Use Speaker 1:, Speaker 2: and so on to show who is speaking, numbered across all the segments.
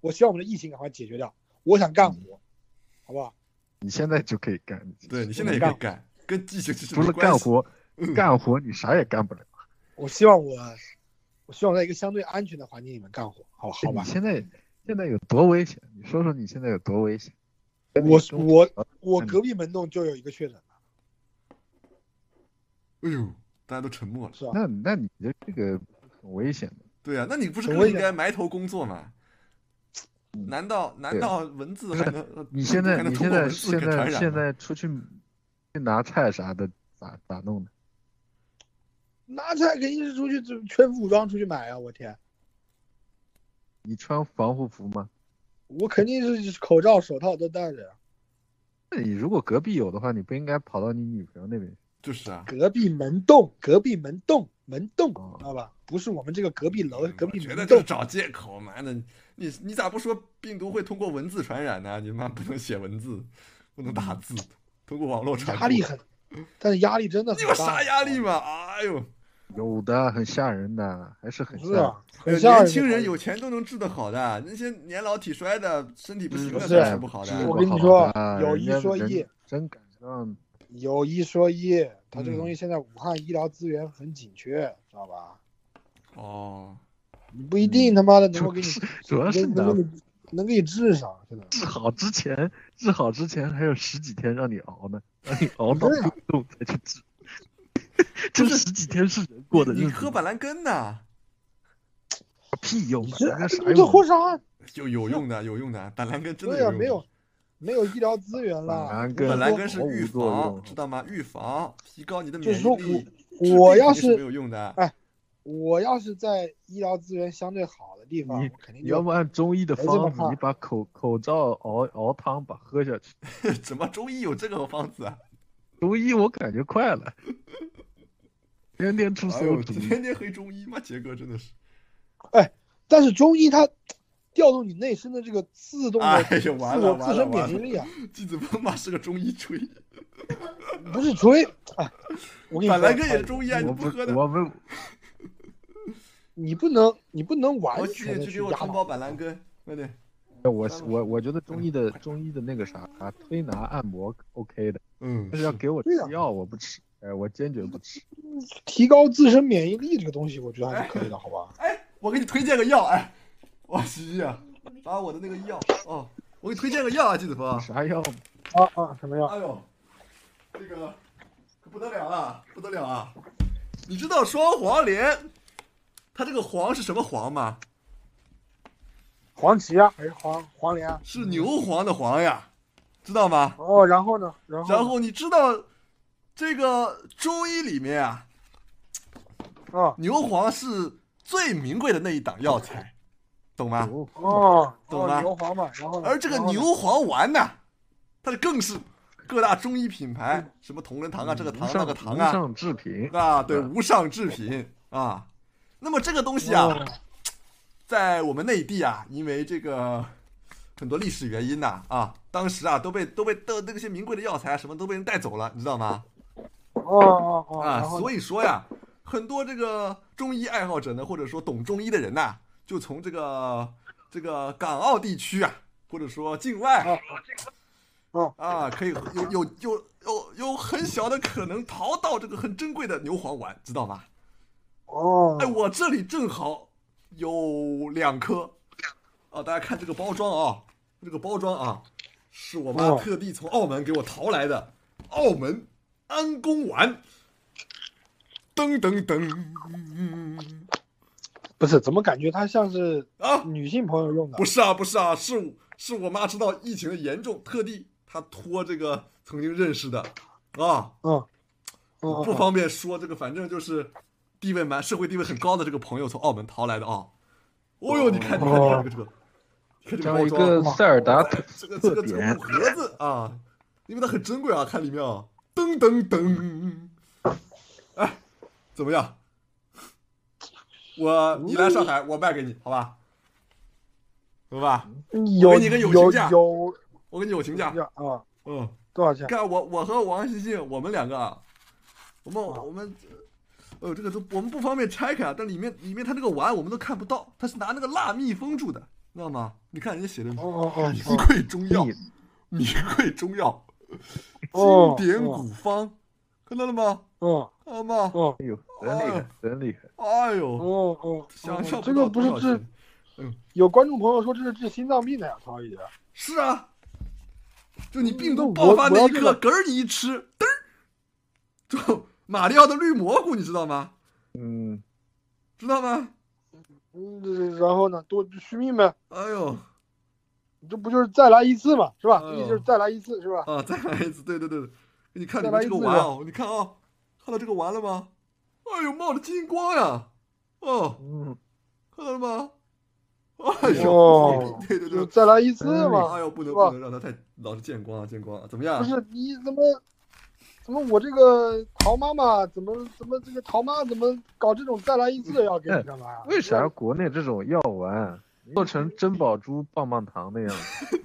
Speaker 1: 我希望我们的疫情赶快解决掉。我想干
Speaker 2: 嗯
Speaker 1: 活，好不好？
Speaker 3: 你现在就可以干，
Speaker 2: 对你现在也可以干，跟激情是
Speaker 3: 不是
Speaker 2: 没关
Speaker 3: 干
Speaker 2: 系，
Speaker 3: 活
Speaker 2: 嗯，
Speaker 3: 干活你啥也干不了。
Speaker 1: 我希望我，我希望在一个相对安全的环境里面干活，好好吧
Speaker 3: 你？现在现在有多危险？你说说你现在有多危险？
Speaker 1: 我我我
Speaker 3: 嗯
Speaker 1: 隔壁门洞就有一个确诊了，
Speaker 2: 哎呦，大家都沉默了。
Speaker 1: 是吧？
Speaker 3: 那那你的这个很危险的。
Speaker 2: 对啊，那你不是
Speaker 1: 很
Speaker 2: 更
Speaker 1: 危
Speaker 2: 应
Speaker 1: 险
Speaker 2: 该埋头工作吗？
Speaker 3: 嗯
Speaker 2: 难道难
Speaker 3: 对
Speaker 2: 道文字还能
Speaker 3: 你现在
Speaker 2: 还能
Speaker 3: 你
Speaker 2: 通
Speaker 3: 现
Speaker 2: 过
Speaker 3: 在
Speaker 2: 文字
Speaker 3: 现
Speaker 2: 给传
Speaker 3: 在
Speaker 2: 染
Speaker 3: 现
Speaker 2: 吗
Speaker 3: 在出去去拿菜啥的，咋咋弄的？
Speaker 1: 拿菜肯定是出去就全副武装出去买啊！我天，
Speaker 3: 你穿防护服吗？
Speaker 1: 我肯定是口罩、手套都戴着。啊
Speaker 3: 那你如果隔壁有的话，你不应该跑到你女朋友那边去。
Speaker 2: 就是啊？
Speaker 1: 隔壁门洞，隔壁门洞，门洞，
Speaker 3: 哦
Speaker 1: 知道吧？不是我们这个隔壁楼，隔
Speaker 2: 嗯我
Speaker 1: 壁
Speaker 2: 觉得
Speaker 1: 门
Speaker 2: 就是
Speaker 1: 洞。
Speaker 2: 找借口，妈的！你你咋不说病毒会通过文字传染呢？你妈不能写文字，不能打字，通过网络传播
Speaker 1: 压力很，但是压力真的
Speaker 2: 你
Speaker 1: 很
Speaker 2: 有
Speaker 1: 大
Speaker 2: 啥。压
Speaker 3: 哦
Speaker 2: 力嘛？哎呦，
Speaker 3: 有的，很吓人的，还是很吓
Speaker 1: 不是
Speaker 3: 人。
Speaker 1: 啊，
Speaker 2: 哎呦
Speaker 1: 很吓
Speaker 2: 年轻人
Speaker 1: 人
Speaker 2: 有钱都能治得好的，那些年老体衰的、身
Speaker 3: 嗯
Speaker 2: 体不行啊
Speaker 1: 不
Speaker 2: 的
Speaker 1: 是啊
Speaker 3: 啊
Speaker 2: 才治不好的。
Speaker 1: 我跟你说有一说一，
Speaker 3: 真赶上
Speaker 1: 有一说一，它这
Speaker 2: 嗯
Speaker 1: 个东西现在武汉医疗资源很紧缺，知道吧？
Speaker 2: 哦，
Speaker 1: 你不一定他妈的能够给你，
Speaker 3: 嗯主要是
Speaker 1: 能能给你能给你治上，真的。
Speaker 3: 治好之前，治好之前还有十几天让你熬呢，让 你熬到
Speaker 1: 不是啊
Speaker 3: 病重才去治。 这十几天是人过的
Speaker 2: 你
Speaker 3: 日
Speaker 2: 你
Speaker 3: 子，
Speaker 2: 喝板蓝根呐？
Speaker 3: 屁用
Speaker 1: 你
Speaker 3: 啊？
Speaker 1: 这哎
Speaker 2: 哎
Speaker 3: 人家啥
Speaker 1: 你这
Speaker 3: 用
Speaker 1: 活
Speaker 3: 啊？
Speaker 1: 啥？
Speaker 2: 有有用的，有用的，板蓝根真的
Speaker 1: 对呀，
Speaker 2: 用
Speaker 1: 没
Speaker 2: 的。
Speaker 1: 有没有医疗资源了。
Speaker 3: 板蓝
Speaker 1: 我
Speaker 3: 根
Speaker 2: 本来
Speaker 1: 说
Speaker 2: 根是
Speaker 3: 毫无
Speaker 2: 预
Speaker 3: 作
Speaker 2: 防，
Speaker 3: 用
Speaker 2: 知道吗？预防，提高你的
Speaker 1: 就
Speaker 2: 免
Speaker 1: 是
Speaker 2: 疫
Speaker 1: 说
Speaker 2: 力。治
Speaker 1: 我我
Speaker 2: 病
Speaker 1: 要
Speaker 2: 肯定是没
Speaker 1: 是
Speaker 2: 有用的，
Speaker 1: 哎我要是在医疗资源相对好的地方，
Speaker 3: 你
Speaker 1: 我肯定
Speaker 3: 你要
Speaker 1: 就
Speaker 3: 不按中医的
Speaker 2: 哎
Speaker 1: 没这么
Speaker 3: 方子，
Speaker 1: 怕
Speaker 3: 你把口口罩熬熬汤把喝下去。
Speaker 2: 怎么中医有这个方子啊？
Speaker 3: 中医我感觉快了，天天出
Speaker 2: 哎
Speaker 3: 馊
Speaker 2: 呦，
Speaker 3: 主意。
Speaker 2: 天天黑中医吗？杰哥真的是，
Speaker 1: 但是中医它调动你内身的这个自动的、
Speaker 2: 哎呦，完
Speaker 1: 自
Speaker 2: 了
Speaker 1: 我
Speaker 2: 完
Speaker 1: 自
Speaker 2: 了
Speaker 1: 身免
Speaker 2: 完
Speaker 1: 疫
Speaker 2: 了！
Speaker 1: 力啊，
Speaker 2: 季子峰妈是个中医吹，
Speaker 1: 不是 吹。哎，我跟你说，哎
Speaker 2: 板蓝根也是中医啊，你
Speaker 3: 我
Speaker 2: 不喝的
Speaker 3: 不，，我们
Speaker 1: 你不能你不能
Speaker 2: 我
Speaker 1: 完
Speaker 2: 去
Speaker 1: 全的
Speaker 2: 去
Speaker 1: 去
Speaker 2: 给我
Speaker 1: 压
Speaker 2: 承包
Speaker 1: 倒。
Speaker 2: 板蓝根，快点！
Speaker 3: 哎我
Speaker 2: 三
Speaker 3: 我我觉得中医的中医的那个啥推拿按摩 OK 的，
Speaker 2: 嗯
Speaker 3: 但，是要啊给我
Speaker 1: 对呀
Speaker 3: 吃药我不吃，哎，我坚决不吃。
Speaker 1: 提高自身免疫力这个东西，我觉得还是可以的，好吧？
Speaker 2: 哎，我给你推荐个药，哎， 哇，西西啊，把我的那个药哦，我给你推荐个药啊，季子峰，
Speaker 3: 啥药？
Speaker 1: 啊啊，什么样？
Speaker 2: 哎呦，这个可不得了啊，不得了啊！你知道双黄连，它这个黄是什么黄吗？
Speaker 1: 黄芪啊，还是黄黄连啊？
Speaker 2: 是牛黄的黄呀，知道吗？
Speaker 1: 哦，然后呢？然后
Speaker 2: 然
Speaker 1: 呢
Speaker 2: 后你知道这个中医里面啊，
Speaker 1: 啊
Speaker 2: 牛黄是最名贵的那一档药材，懂吗？
Speaker 3: 哦
Speaker 1: 哦，
Speaker 2: 懂吗
Speaker 1: 哦牛黄嘛，然后呢
Speaker 2: 而这个
Speaker 1: 然后呢
Speaker 2: 牛黄丸呐，它更是各大中医品牌，什么同仁堂啊，这个堂
Speaker 3: 无
Speaker 2: 那
Speaker 3: 上
Speaker 2: 个堂
Speaker 3: 无
Speaker 2: 啊，
Speaker 3: 上制品，
Speaker 2: 啊，对，无上制品啊。那么这个东西啊，在我们内地啊，因为这个很多历史原因呐、啊，当时啊都被都被都那些名贵的药材啊什么都被人带走了，你知道吗？
Speaker 1: 哦哦哦，
Speaker 2: 啊，
Speaker 1: 然后呢
Speaker 2: 所以说呀，很多这个中医爱好者呢，或者说懂中医的人呐、就从这个这个港澳地区啊，或者说境
Speaker 1: 哦
Speaker 2: 外
Speaker 1: 哦
Speaker 2: 啊，可以有有有有有很小的可能淘到这个很珍贵的牛黄丸，知道吧？
Speaker 1: 哦，
Speaker 2: 哎，我这里正好有两颗，啊，大家看这个包装啊，这个包装啊，是我妈
Speaker 1: 哦
Speaker 2: 特地从澳门给我淘来的，澳门安宫丸。噔噔噔，
Speaker 1: 不是，怎么感觉它像是
Speaker 2: 啊，
Speaker 1: 女性朋友用的？
Speaker 2: 不是啊，不是啊，是我是我妈知道疫情的严重，特地她托这个曾经认识的，啊，
Speaker 1: 嗯，嗯，嗯
Speaker 2: 不方便说这个，反正就是地位蛮社会地位很高的这个朋友从澳门淘来的啊。哦呦，你看，你看，你看这个这个，你看这个
Speaker 3: 像
Speaker 2: 包
Speaker 3: 一
Speaker 2: 装
Speaker 3: 个
Speaker 2: 啊，
Speaker 3: 塞尔达
Speaker 2: 这个
Speaker 3: 特
Speaker 2: 这个这
Speaker 3: 点
Speaker 2: 个盒子啊，因为它很珍贵啊，看里面啊，噔噔噔，哎，怎么样？我你来上海，我卖给你，好吧？好吧，
Speaker 1: 嗯有
Speaker 2: 我给你个友情
Speaker 1: 有
Speaker 2: 价
Speaker 1: 有
Speaker 2: 我给你友情价，
Speaker 1: 啊，
Speaker 2: 嗯。
Speaker 1: 多少钱？
Speaker 2: 看我，我和王欣欣，我们两个啊，我们我们，呃，这个都我们不方便拆开啊，但里面里面它这个碗我们都看不到，它是拿那个蜡密封住的，知道吗？你看人家写的
Speaker 1: 哦哦哦
Speaker 2: 名贵中药
Speaker 3: 你，
Speaker 2: 名贵中药，经
Speaker 1: 哦
Speaker 2: 典古方，看到了吗？
Speaker 1: 哦
Speaker 2: 看到吗？
Speaker 1: 哦
Speaker 3: 哎呦，真厉害，真厉害！
Speaker 2: 哎呦，
Speaker 1: 哦哦，
Speaker 2: 想象
Speaker 1: 这
Speaker 2: 到
Speaker 1: 个不是
Speaker 2: 多少
Speaker 1: 治
Speaker 2: 钱，
Speaker 1: 有观众朋友说这是治心脏病的呀，曹姐。
Speaker 2: 是啊，就你病毒
Speaker 1: 嗯
Speaker 2: 爆发
Speaker 1: 我我
Speaker 2: 那
Speaker 1: 要
Speaker 2: 一
Speaker 1: 这
Speaker 2: 刻，
Speaker 1: 个
Speaker 2: 嗝儿你一吃，嘚儿，就马里奥的绿蘑菇，你知道吗？
Speaker 3: 嗯，
Speaker 2: 知道吗？
Speaker 1: 嗯，这然后呢，多续命呗，
Speaker 2: 哎呦，
Speaker 1: 这不就是再来一次嘛，是吧？
Speaker 2: 哎
Speaker 1: 这
Speaker 2: 呦
Speaker 1: 意思就是再来一次，是吧？
Speaker 2: 啊，再来一次，对对对，你看你
Speaker 1: 再
Speaker 2: 们
Speaker 1: 来
Speaker 2: 这个
Speaker 1: 一次
Speaker 2: 玩哦，你看啊、看到这个玩了吗？哎呦，冒着金光呀，哦，
Speaker 3: 嗯，
Speaker 2: 看到了吗？哎呦，
Speaker 1: 哦
Speaker 2: 对对
Speaker 1: 就
Speaker 2: 对，
Speaker 1: 再来一次嘛
Speaker 2: 哎。呦，不能
Speaker 1: 是吧
Speaker 2: 不能让他太老是见光啊，见光啊，怎么样？
Speaker 1: 不是你怎么怎么我这个陶妈妈怎么怎么这个陶妈怎么搞这种再来一次的药给你干嘛呀？
Speaker 3: 为啥国内这种药丸做成珍宝珠、棒棒糖那样子，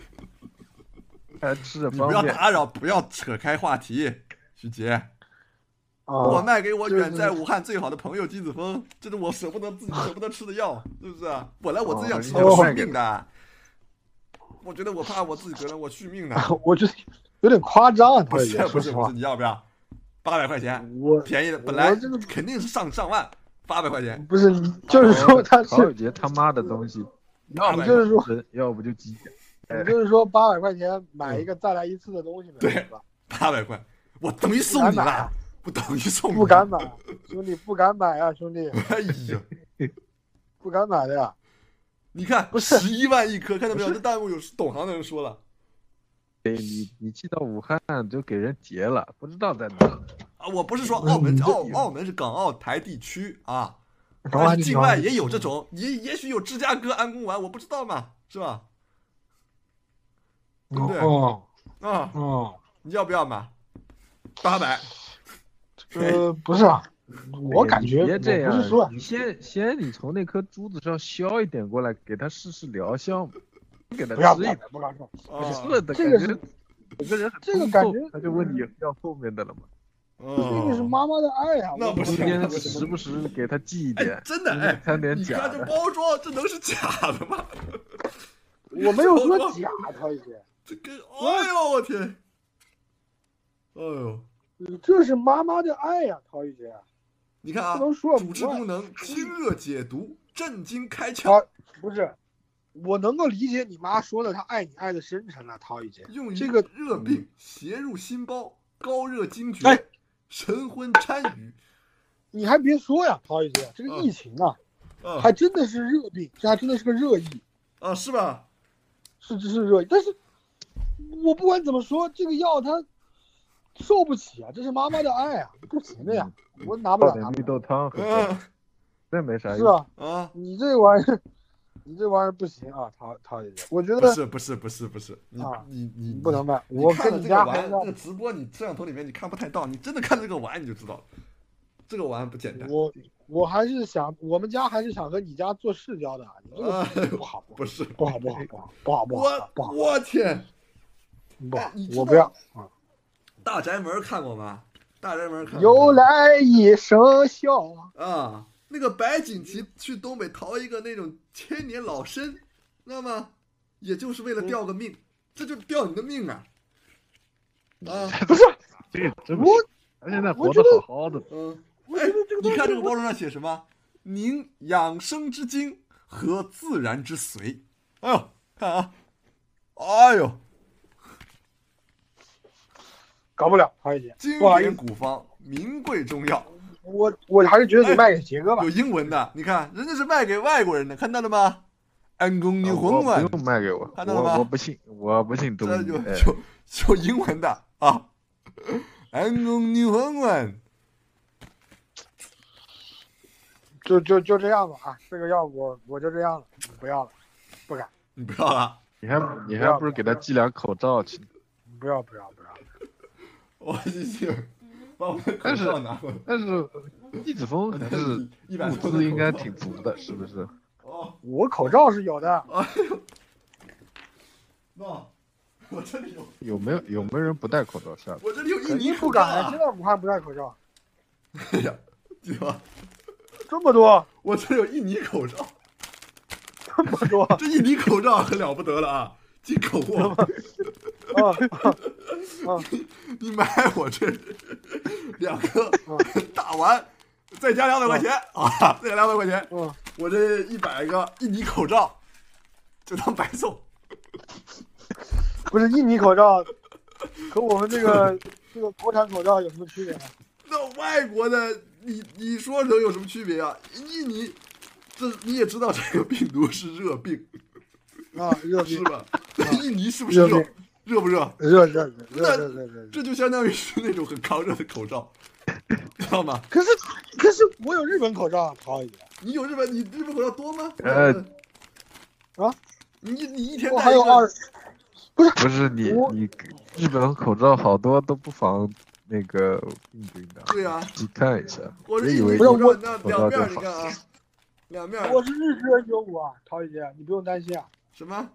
Speaker 3: 还吃着
Speaker 2: 你
Speaker 3: 方
Speaker 2: 不要
Speaker 3: 便？
Speaker 2: 打扰，不要扯开话题，徐杰。我
Speaker 1: 啊？
Speaker 2: 卖给我
Speaker 1: 就是
Speaker 2: 远在武汉最好的朋友金子峰，这是我舍不得自己舍不得吃的药，是不是啊？本来我自己想吃药
Speaker 1: 哦
Speaker 2: 续命的，啊我觉得我怕我自己得了我续命的。 啊
Speaker 1: 我觉得有点夸张啊，
Speaker 2: 不
Speaker 1: 陶
Speaker 2: 是
Speaker 1: 姐，
Speaker 2: 不
Speaker 1: 说
Speaker 2: 是
Speaker 1: 实
Speaker 2: 不
Speaker 1: 话
Speaker 2: 是，，你要不要？八百块钱，
Speaker 1: 我
Speaker 2: 便宜的，本
Speaker 1: 我
Speaker 2: 来
Speaker 1: 这个
Speaker 2: 肯定是上上万，八百块钱，
Speaker 1: 不是你，就是
Speaker 2: 哦
Speaker 1: 说他
Speaker 3: 哦陶
Speaker 1: 是
Speaker 3: 伟杰他妈的东西，
Speaker 2: 八
Speaker 1: 你
Speaker 2: 百
Speaker 1: 就是说
Speaker 3: 人要不就鸡脚。
Speaker 1: 你就是说八百块钱买一个再来一次的东西呗，
Speaker 2: 对
Speaker 1: 是吧？
Speaker 2: 八百块，我等于 送你
Speaker 1: 不敢买
Speaker 2: 了
Speaker 1: 啊，
Speaker 2: 我等于送你。
Speaker 1: 不敢。买，兄弟不敢买啊，兄弟
Speaker 2: 哎呀，
Speaker 1: 不敢买的呀。
Speaker 2: 你看，
Speaker 1: 不是
Speaker 2: 十一万一颗，看到没有？这弹幕有懂行的人说了
Speaker 3: 对你，你去到武汉就给人劫了，不知道在哪。
Speaker 2: 啊，我不是说澳门，
Speaker 1: 嗯
Speaker 2: 澳澳门是港澳台地区啊。
Speaker 1: 然后
Speaker 2: 但是境外也有这种，也也许有芝加哥安宫丸，我不知道嘛，是吧？对不对
Speaker 1: 哦
Speaker 2: 啊，
Speaker 1: 哦，
Speaker 2: 你要不要嘛？八百，
Speaker 1: 呃，不是啊，我
Speaker 3: 哎
Speaker 1: 感
Speaker 3: 你
Speaker 1: 觉我
Speaker 3: 别这样，
Speaker 1: 不是说
Speaker 3: 你先先你从那颗珠子上削一点过来，给它试试疗效，给它
Speaker 1: 不要
Speaker 3: 吃
Speaker 1: 不
Speaker 3: 一
Speaker 1: 要
Speaker 3: 点。
Speaker 1: 不要说，
Speaker 2: 啊，
Speaker 3: 吃了的
Speaker 1: 这
Speaker 3: 感
Speaker 1: 个
Speaker 3: 觉
Speaker 1: 是，
Speaker 3: 整个人很
Speaker 1: 这个
Speaker 3: 通
Speaker 1: 感
Speaker 3: 透
Speaker 1: 觉
Speaker 3: 他就问你要后面的了嘛。
Speaker 2: 啊
Speaker 1: 这个是妈妈的爱呀。
Speaker 2: 哦那
Speaker 1: 我
Speaker 2: 不
Speaker 3: 中
Speaker 2: 是
Speaker 3: 间时不时给他寄一
Speaker 2: 哎
Speaker 3: 点，，
Speaker 2: 真的
Speaker 3: 就是
Speaker 2: 哎，
Speaker 3: 掺点
Speaker 2: 你
Speaker 3: 假
Speaker 2: 看这
Speaker 3: 的。
Speaker 2: 包装，这能是假的吗？
Speaker 1: 我没有说假，陶姐，
Speaker 2: 这跟，哎呦我天，哎呦，
Speaker 1: 这是妈妈的爱呀，陶姐，
Speaker 2: 你看
Speaker 1: 不
Speaker 2: 啊，
Speaker 1: 能说
Speaker 2: 主
Speaker 1: 不
Speaker 2: 治功
Speaker 1: 爱。
Speaker 2: 能清热解毒，镇惊开
Speaker 1: 啊
Speaker 2: 窍，，
Speaker 1: 不是，我能够理解你妈说的，她爱你爱的深沉了，陶姐。
Speaker 2: 用于
Speaker 1: 这个
Speaker 2: 热病，邪入心包，高热惊
Speaker 1: 哎
Speaker 2: 厥，神昏谵语，
Speaker 1: 你还别说呀，陶姐，这个
Speaker 2: 嗯
Speaker 1: 疫情啊，
Speaker 2: 啊
Speaker 1: 还真的是热病，这还真的是个热议。
Speaker 2: 啊，是吧？
Speaker 1: 是是热议，但是我不管怎么说，这个药它受不起啊，这是妈妈的爱啊，不行的呀，我拿不
Speaker 3: 泡
Speaker 1: 了，
Speaker 3: 点
Speaker 1: 拿
Speaker 3: 绿
Speaker 1: 不
Speaker 3: 豆汤喝喝，
Speaker 2: 嗯
Speaker 3: 那没啥
Speaker 1: 了，是
Speaker 3: 用。
Speaker 1: 啊，
Speaker 2: 啊。
Speaker 1: 你这玩意儿，你这玩意儿不行啊，陶陶姐姐，我觉
Speaker 2: 不
Speaker 1: 得
Speaker 2: 是不是不是不是，你
Speaker 1: 啊
Speaker 2: 你你
Speaker 1: 不能。卖，
Speaker 2: 你
Speaker 1: 我
Speaker 2: 看
Speaker 1: 跟
Speaker 2: 了
Speaker 1: 你
Speaker 2: 这
Speaker 1: 家
Speaker 2: 个
Speaker 1: 孩
Speaker 2: 玩，
Speaker 1: 子
Speaker 2: 这，个直播你摄像头里面你看不太到，你真的看这个玩你就知道了，这个玩不简单。
Speaker 1: 我我还是想，我们家还是想和你家做世交的，啊你这
Speaker 2: 哎
Speaker 1: 个
Speaker 2: 呦
Speaker 1: 不好，
Speaker 2: 不是，
Speaker 1: 不好，不好，不好，不好，不好，
Speaker 2: 我
Speaker 1: 不好，
Speaker 2: 我天，
Speaker 1: 不好
Speaker 2: 哎你，知
Speaker 1: 我
Speaker 2: 道
Speaker 1: 不要。啊
Speaker 2: 大宅门看过吗？大宅门看过吗
Speaker 1: 又来一声笑，
Speaker 2: 啊，那个白景琦去东北淘一个那种千年老参，那么也就是为了吊个命，这就吊你的命啊！啊，
Speaker 1: 不是，
Speaker 3: 这个真不
Speaker 1: 我
Speaker 3: 是，他现在活得好好的，
Speaker 2: 嗯，
Speaker 1: 我觉得这个
Speaker 2: 你
Speaker 1: 东西
Speaker 2: 看这个包装上写什么？您养生之精和自然之髓。哎呦，看啊，哎呦，
Speaker 1: 搞不了，陶姐姐，
Speaker 2: 经
Speaker 1: 不好意思
Speaker 2: 典。古方，名贵中药，
Speaker 1: 我我还是觉得你卖给杰 哥吧
Speaker 2: 有。英文的。你看，人家是卖给外国人的，看到了吗？安宫女
Speaker 3: 啊我
Speaker 2: 红
Speaker 3: 不
Speaker 2: 丸，
Speaker 3: 用卖给我，
Speaker 2: 看到了吧
Speaker 3: 我我不信，我不信中
Speaker 2: 这
Speaker 3: 医
Speaker 2: 有。
Speaker 3: 哎
Speaker 2: 有有英文的啊。安宫女红丸，
Speaker 1: 就就就这样吧啊，这个药我我就这样了，不要了，不敢，
Speaker 2: 你不要了，
Speaker 3: 你还你还不如给他寄两口罩去？
Speaker 1: 不要不要不要，
Speaker 2: 我已经把我的口
Speaker 3: 但是
Speaker 2: 罩拿过来，
Speaker 3: 但是季子峰还是
Speaker 2: 一百
Speaker 3: 物
Speaker 2: 多的口罩
Speaker 3: 资应该挺足的，是不是？
Speaker 2: 哦。
Speaker 1: 我口罩是有的，
Speaker 2: 哎呦，那我这里有，
Speaker 3: 有没有有没有人不戴口罩下？
Speaker 2: 我这里有
Speaker 1: 肯
Speaker 2: 印尼
Speaker 1: 定不
Speaker 2: 口罩
Speaker 1: 敢，
Speaker 2: 啊
Speaker 1: 现！在武汉不戴口罩，
Speaker 2: 哎呀，对吧？
Speaker 1: 这么多，
Speaker 2: 我这里有印尼口罩，
Speaker 3: 这么多啊
Speaker 2: 这印尼口罩很了不得了啊，进口货，
Speaker 1: 嗯
Speaker 2: 你 买我这两个大丸，再加两百块钱啊，再加两百块钱，
Speaker 1: 啊
Speaker 2: 我这一百个印尼口罩就当白送。
Speaker 1: 不是印尼口罩和我们这个这个国产口罩有什么区别呢？啊
Speaker 2: 那外国的，你你说能有什么区别啊？印尼，这你也知道这个病毒是热病，
Speaker 1: 啊，热
Speaker 2: 是
Speaker 1: 病，啊
Speaker 2: 吧？那印尼是不是
Speaker 1: 热
Speaker 2: 热
Speaker 1: 病？
Speaker 2: 热不热？
Speaker 1: 热热热
Speaker 2: 那
Speaker 1: 热热热热。
Speaker 2: 这就相当于是那种很抗热的口罩，知道吗？
Speaker 1: 可是可是我有日本口罩啊好一点，
Speaker 2: 你有日本，你日本口罩多吗？呃
Speaker 3: 呃
Speaker 1: 啊，
Speaker 2: 你你一天
Speaker 1: 我
Speaker 2: 戴
Speaker 1: 还
Speaker 2: 一
Speaker 1: 有二
Speaker 2: 个，
Speaker 3: 不是你
Speaker 1: 我
Speaker 3: 你日本口罩好多都不防那个病菌的。
Speaker 2: 对啊，
Speaker 3: 你看一下，
Speaker 2: 我
Speaker 3: 别
Speaker 2: 是
Speaker 3: 以
Speaker 2: 印尼
Speaker 3: 为
Speaker 1: 不是
Speaker 2: 口
Speaker 3: 你
Speaker 2: 罩，那
Speaker 3: 口
Speaker 2: 两
Speaker 3: 罩
Speaker 2: 面儿你
Speaker 3: 就
Speaker 2: 看啊，两面儿
Speaker 1: 我是日制 N 九五啊，陶姐姐，你不用担心啊，
Speaker 2: 什么？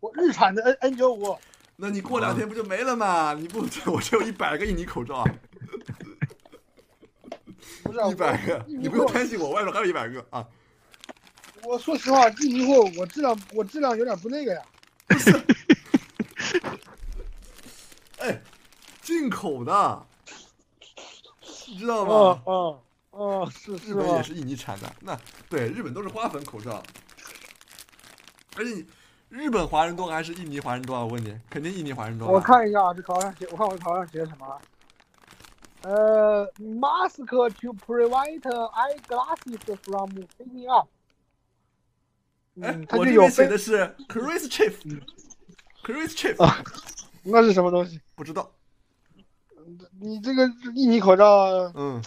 Speaker 1: 我日产的 N N 九五，
Speaker 2: 那你过两天不就没了吗？你不， 我这有一百个印尼口罩啊。
Speaker 1: 不是啊
Speaker 2: 一百个，
Speaker 1: 你
Speaker 2: 你不用
Speaker 1: 给我
Speaker 2: 担心我，外面还有一百个啊！
Speaker 1: 我说实话，印尼货我质量我质量有点不那个呀，
Speaker 2: 哎，进口的，你知
Speaker 1: 啊
Speaker 2: 道吗？
Speaker 1: 啊啊，是是
Speaker 2: 哦日本也
Speaker 1: 吗？
Speaker 2: 是印尼产的，那对日本都是花粉口罩，而且你日本华人多还是印尼华人多啊？我问你，肯定印尼华人多吧。
Speaker 1: 我看一下啊，这考上写，我看我考上写什么啊。呃，mask to prevent eye glasses from fading up。嗯
Speaker 2: 哎，，
Speaker 1: 它
Speaker 2: 我
Speaker 1: 就
Speaker 2: 这
Speaker 1: 有
Speaker 2: 边写
Speaker 1: 飞，
Speaker 2: 的是 Chris Chief，Chris Chief，、
Speaker 1: 啊那是什么东西？
Speaker 2: 不知道，
Speaker 1: 你这个印尼口罩
Speaker 2: 嗯。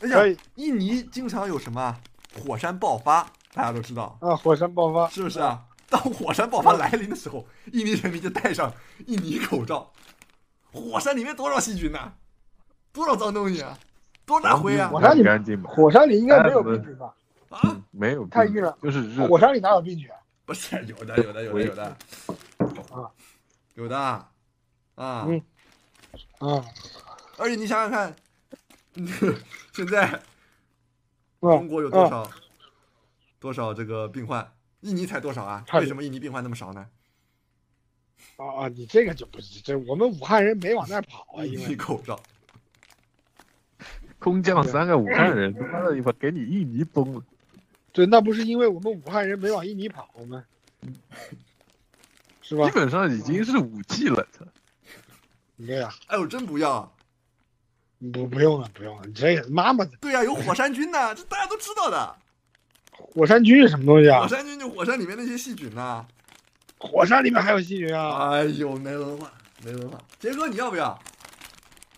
Speaker 2: 哎
Speaker 1: 可
Speaker 2: 呀，
Speaker 1: 以
Speaker 2: 印尼经常有什么啊火山爆发，大家都知道。
Speaker 1: 啊，火山爆发
Speaker 2: 是不是啊？当火山爆发来临的时候，印尼人民就戴上印尼口罩。火山里面多少细菌呐、多少脏东西啊？多少大灰啊
Speaker 1: 我？让你
Speaker 3: 干净吧。
Speaker 1: 火山里应该没有病菌吧？
Speaker 2: 啊，
Speaker 3: 没有病，
Speaker 1: 太硬了
Speaker 3: 就是热。
Speaker 1: 火山里哪有病菌啊？
Speaker 2: 不是有的，有的，有的，有的，
Speaker 1: 啊
Speaker 2: 有的啊！啊
Speaker 1: 嗯啊，
Speaker 2: 而且你想想看， 现在中
Speaker 1: 嗯
Speaker 2: 国有多少、多少这个病患？印尼才多少啊？
Speaker 1: 太
Speaker 2: 为什么印尼病患那么少呢？
Speaker 1: 啊啊，你这个就不是这，我们武汉人没往那儿跑啊，
Speaker 2: 印
Speaker 1: 因
Speaker 2: 尼
Speaker 1: 为
Speaker 2: 口罩，
Speaker 3: 空降三个武汉人，他妈的一把给你印尼崩了。
Speaker 1: 对，那不是因为我们武汉人没往印尼跑吗？是吧
Speaker 3: 基？本上已经是五 G 了，操！
Speaker 1: 对呀、
Speaker 2: 哎呦，真不要啊！
Speaker 1: 不不用了，不用了，你这个妈妈的
Speaker 2: 对呀、有火山菌呐、这大家都知道的。
Speaker 1: 火山菌是什么东西
Speaker 2: 火
Speaker 1: 啊？
Speaker 2: 山菌就火山里面那些细菌呐、
Speaker 1: 火山里面还有细菌啊？
Speaker 2: 哎呦，没文化，没文化。杰哥，你要不要？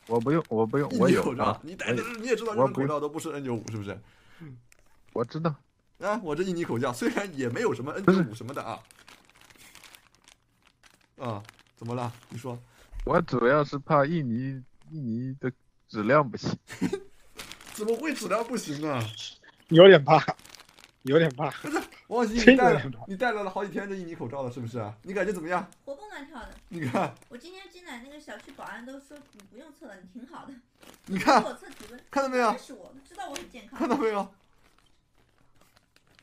Speaker 3: 我不用，我不用，我
Speaker 2: 你
Speaker 3: 有
Speaker 2: 口罩
Speaker 3: 啊，，
Speaker 2: 你
Speaker 3: 我
Speaker 2: 戴的
Speaker 3: 有
Speaker 2: 是你也知道，日
Speaker 3: 我
Speaker 2: 本
Speaker 3: 不
Speaker 2: 口罩都不是 N 9 5是不是？
Speaker 3: 我知道。
Speaker 2: 啊，我这印尼口罩虽然也没有什么 N 9 5什么的啊。啊，怎么了？你说
Speaker 3: 我主要是怕印尼印尼的质量不行，
Speaker 2: 怎么会质量不行啊？
Speaker 1: 有点怕，有点怕。
Speaker 2: 王小新，
Speaker 1: 这
Speaker 2: 你
Speaker 1: 个
Speaker 2: 戴了
Speaker 1: 是吧
Speaker 2: 你戴了好几天这印尼口罩了，是不是啊？你感觉怎么样？
Speaker 4: 活蹦乱跳的。
Speaker 2: 你看，
Speaker 4: 我今天进来，那个小区保安都说你不用测了，你挺好的。
Speaker 2: 你看
Speaker 4: 给，我测体温，
Speaker 2: 啊看到没有
Speaker 4: 认？识我，知道我很健康
Speaker 2: 看。到没有？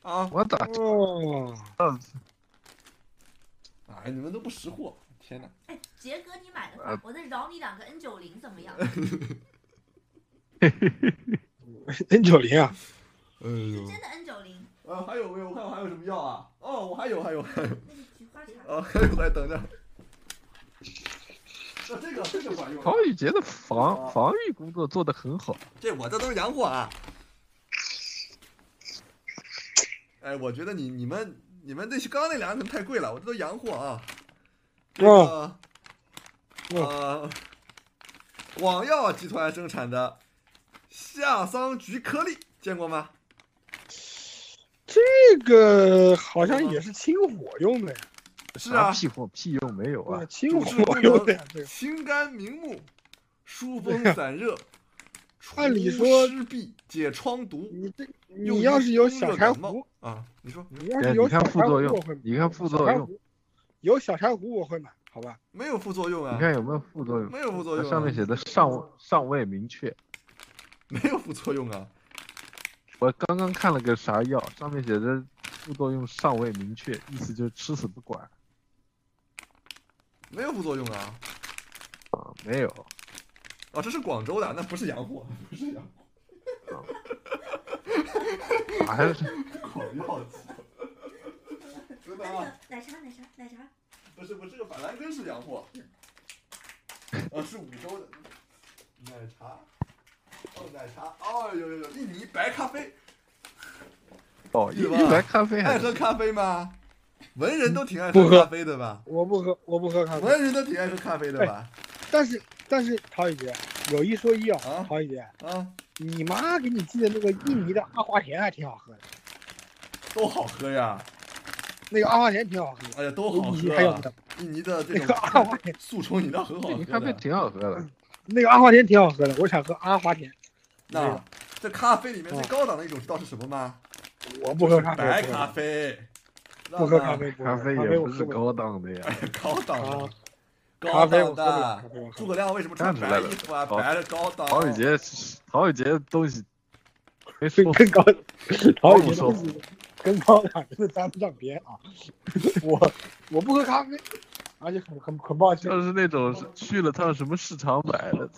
Speaker 2: 啊！
Speaker 3: 我咋
Speaker 1: 哦，
Speaker 2: 哎，你们都不识货，天哪！
Speaker 4: 哎，杰哥，你买的话
Speaker 3: 呃，
Speaker 4: 我再饶你两个 N 九零怎么样？
Speaker 1: n 九零啊，
Speaker 2: 哎
Speaker 4: 是
Speaker 2: 呦
Speaker 4: 真的 N 九零，
Speaker 2: 啊，还有没有？我看我还有什么药啊？哦，我还有，还有，还有。
Speaker 4: 那个菊花茶。
Speaker 2: 啊，还有还等着。那这个这个管用
Speaker 3: 唐宇杰的
Speaker 2: 啊
Speaker 3: 防防御工作做得很好，
Speaker 2: 这我这都是洋货啊。哎，我觉得你你们你们那些刚刚那两个可能太贵了，我这都洋货啊。这个
Speaker 1: 嗯
Speaker 2: 呃，广药集团生产的夏桑菊颗粒见过吗？
Speaker 1: 这个好像也是清火用的呀，
Speaker 2: 是
Speaker 3: 啥，
Speaker 2: 啊
Speaker 3: 屁货屁用没有啊
Speaker 1: 对，！清火用的呀，这个。
Speaker 2: 清肝明目， 疏风散热，除
Speaker 1: 按理说
Speaker 2: 湿痹，解疮毒
Speaker 1: 你这
Speaker 2: 用于
Speaker 1: 你要是有
Speaker 2: 清
Speaker 1: 小
Speaker 2: 热
Speaker 1: 柴
Speaker 2: 感冒
Speaker 1: 胡，
Speaker 2: 啊。你说，你说
Speaker 1: 你要
Speaker 3: 哎
Speaker 1: 是
Speaker 3: 你
Speaker 1: 有
Speaker 3: 看
Speaker 1: 小
Speaker 3: 副
Speaker 1: 柴胡，
Speaker 3: 作用
Speaker 1: 我会买
Speaker 3: 你看副作，
Speaker 1: 小柴
Speaker 3: 用，
Speaker 2: 啊
Speaker 1: 胡有小柴胡我会买，好吧？
Speaker 2: 没有副作用啊
Speaker 3: 你？看有没有副作用？
Speaker 2: 没有副作
Speaker 3: 它
Speaker 2: 用、啊，
Speaker 3: 上面写的尚尚未明确。
Speaker 2: 没有副作用啊。
Speaker 3: 我刚刚看了个啥药，上面写着副作用尚未明确，意思就是吃死不管
Speaker 2: 没有副作用啊。
Speaker 3: 啊，没有。
Speaker 2: 啊，这是广州的，那不是洋货，不是洋货，
Speaker 3: 还是
Speaker 2: 广药剂。真的
Speaker 4: 那
Speaker 2: 啊，
Speaker 4: 个奶茶奶茶奶茶，
Speaker 2: 不是不是，这个板蓝根是洋货，啊，是五洲的奶茶，哦奶茶，哦有有有，印尼白咖啡，
Speaker 3: 哦，一
Speaker 2: 对吧
Speaker 3: 一来咖啡还
Speaker 2: 爱
Speaker 1: 哎
Speaker 3: 是
Speaker 2: 喝咖啡吗？文人都挺爱喝咖啡的吧？
Speaker 1: 我不喝，我不喝咖啡。
Speaker 2: 文人都挺爱喝咖啡的吧？
Speaker 1: 但是但是，陶宇杰，有一说一
Speaker 2: 啊
Speaker 1: 啊，陶宇杰，
Speaker 2: 啊，
Speaker 1: 你妈给你寄的那个印尼的阿华田还挺好喝的，
Speaker 2: 都好喝呀！
Speaker 1: 那个阿华田挺好喝的，
Speaker 2: 哎呀，都好
Speaker 1: 印尼
Speaker 2: 喝
Speaker 1: 还有
Speaker 2: 啊
Speaker 1: 那！个
Speaker 2: 印尼的这
Speaker 1: 那个啊
Speaker 2: 种
Speaker 1: 阿华田，
Speaker 2: 速冲饮料很好
Speaker 3: 印
Speaker 2: 喝
Speaker 3: 尼咖啡
Speaker 2: 的。
Speaker 3: 挺好喝的，
Speaker 1: 那个阿华田挺好喝的，我想喝阿华田。
Speaker 2: 那这咖啡里面
Speaker 1: 哦
Speaker 2: 最高档的一种知道是什么吗？
Speaker 1: 我不喝咖啡，
Speaker 2: 白咖啡。
Speaker 1: 不喝咖，啡，不喝
Speaker 3: 咖啡
Speaker 1: 咖啡
Speaker 3: 也
Speaker 1: 我
Speaker 3: 不
Speaker 1: 喝
Speaker 3: 是
Speaker 1: 不了。
Speaker 3: 高档的呀。
Speaker 2: 高档的
Speaker 1: 啊，
Speaker 2: 高
Speaker 1: 咖啡我
Speaker 2: 档
Speaker 1: 喝不了，咖
Speaker 2: 的。
Speaker 1: 啡我喝
Speaker 2: 诸
Speaker 1: 不了。
Speaker 2: 葛亮为什么穿
Speaker 3: 站起
Speaker 2: 白
Speaker 3: 来了
Speaker 2: 衣服啊？
Speaker 3: 好
Speaker 2: 白的高档。
Speaker 3: 陶宇杰，陶宇杰的东西没
Speaker 1: 这
Speaker 3: 说
Speaker 1: 更高，陶宇
Speaker 3: 不
Speaker 1: 杰
Speaker 3: 说
Speaker 1: 东西跟高档真的沾不上边啊！我我不喝咖啡，而且很很很抱歉，
Speaker 3: 就是那种
Speaker 1: 哦
Speaker 3: 是去了趟什么市场买 的，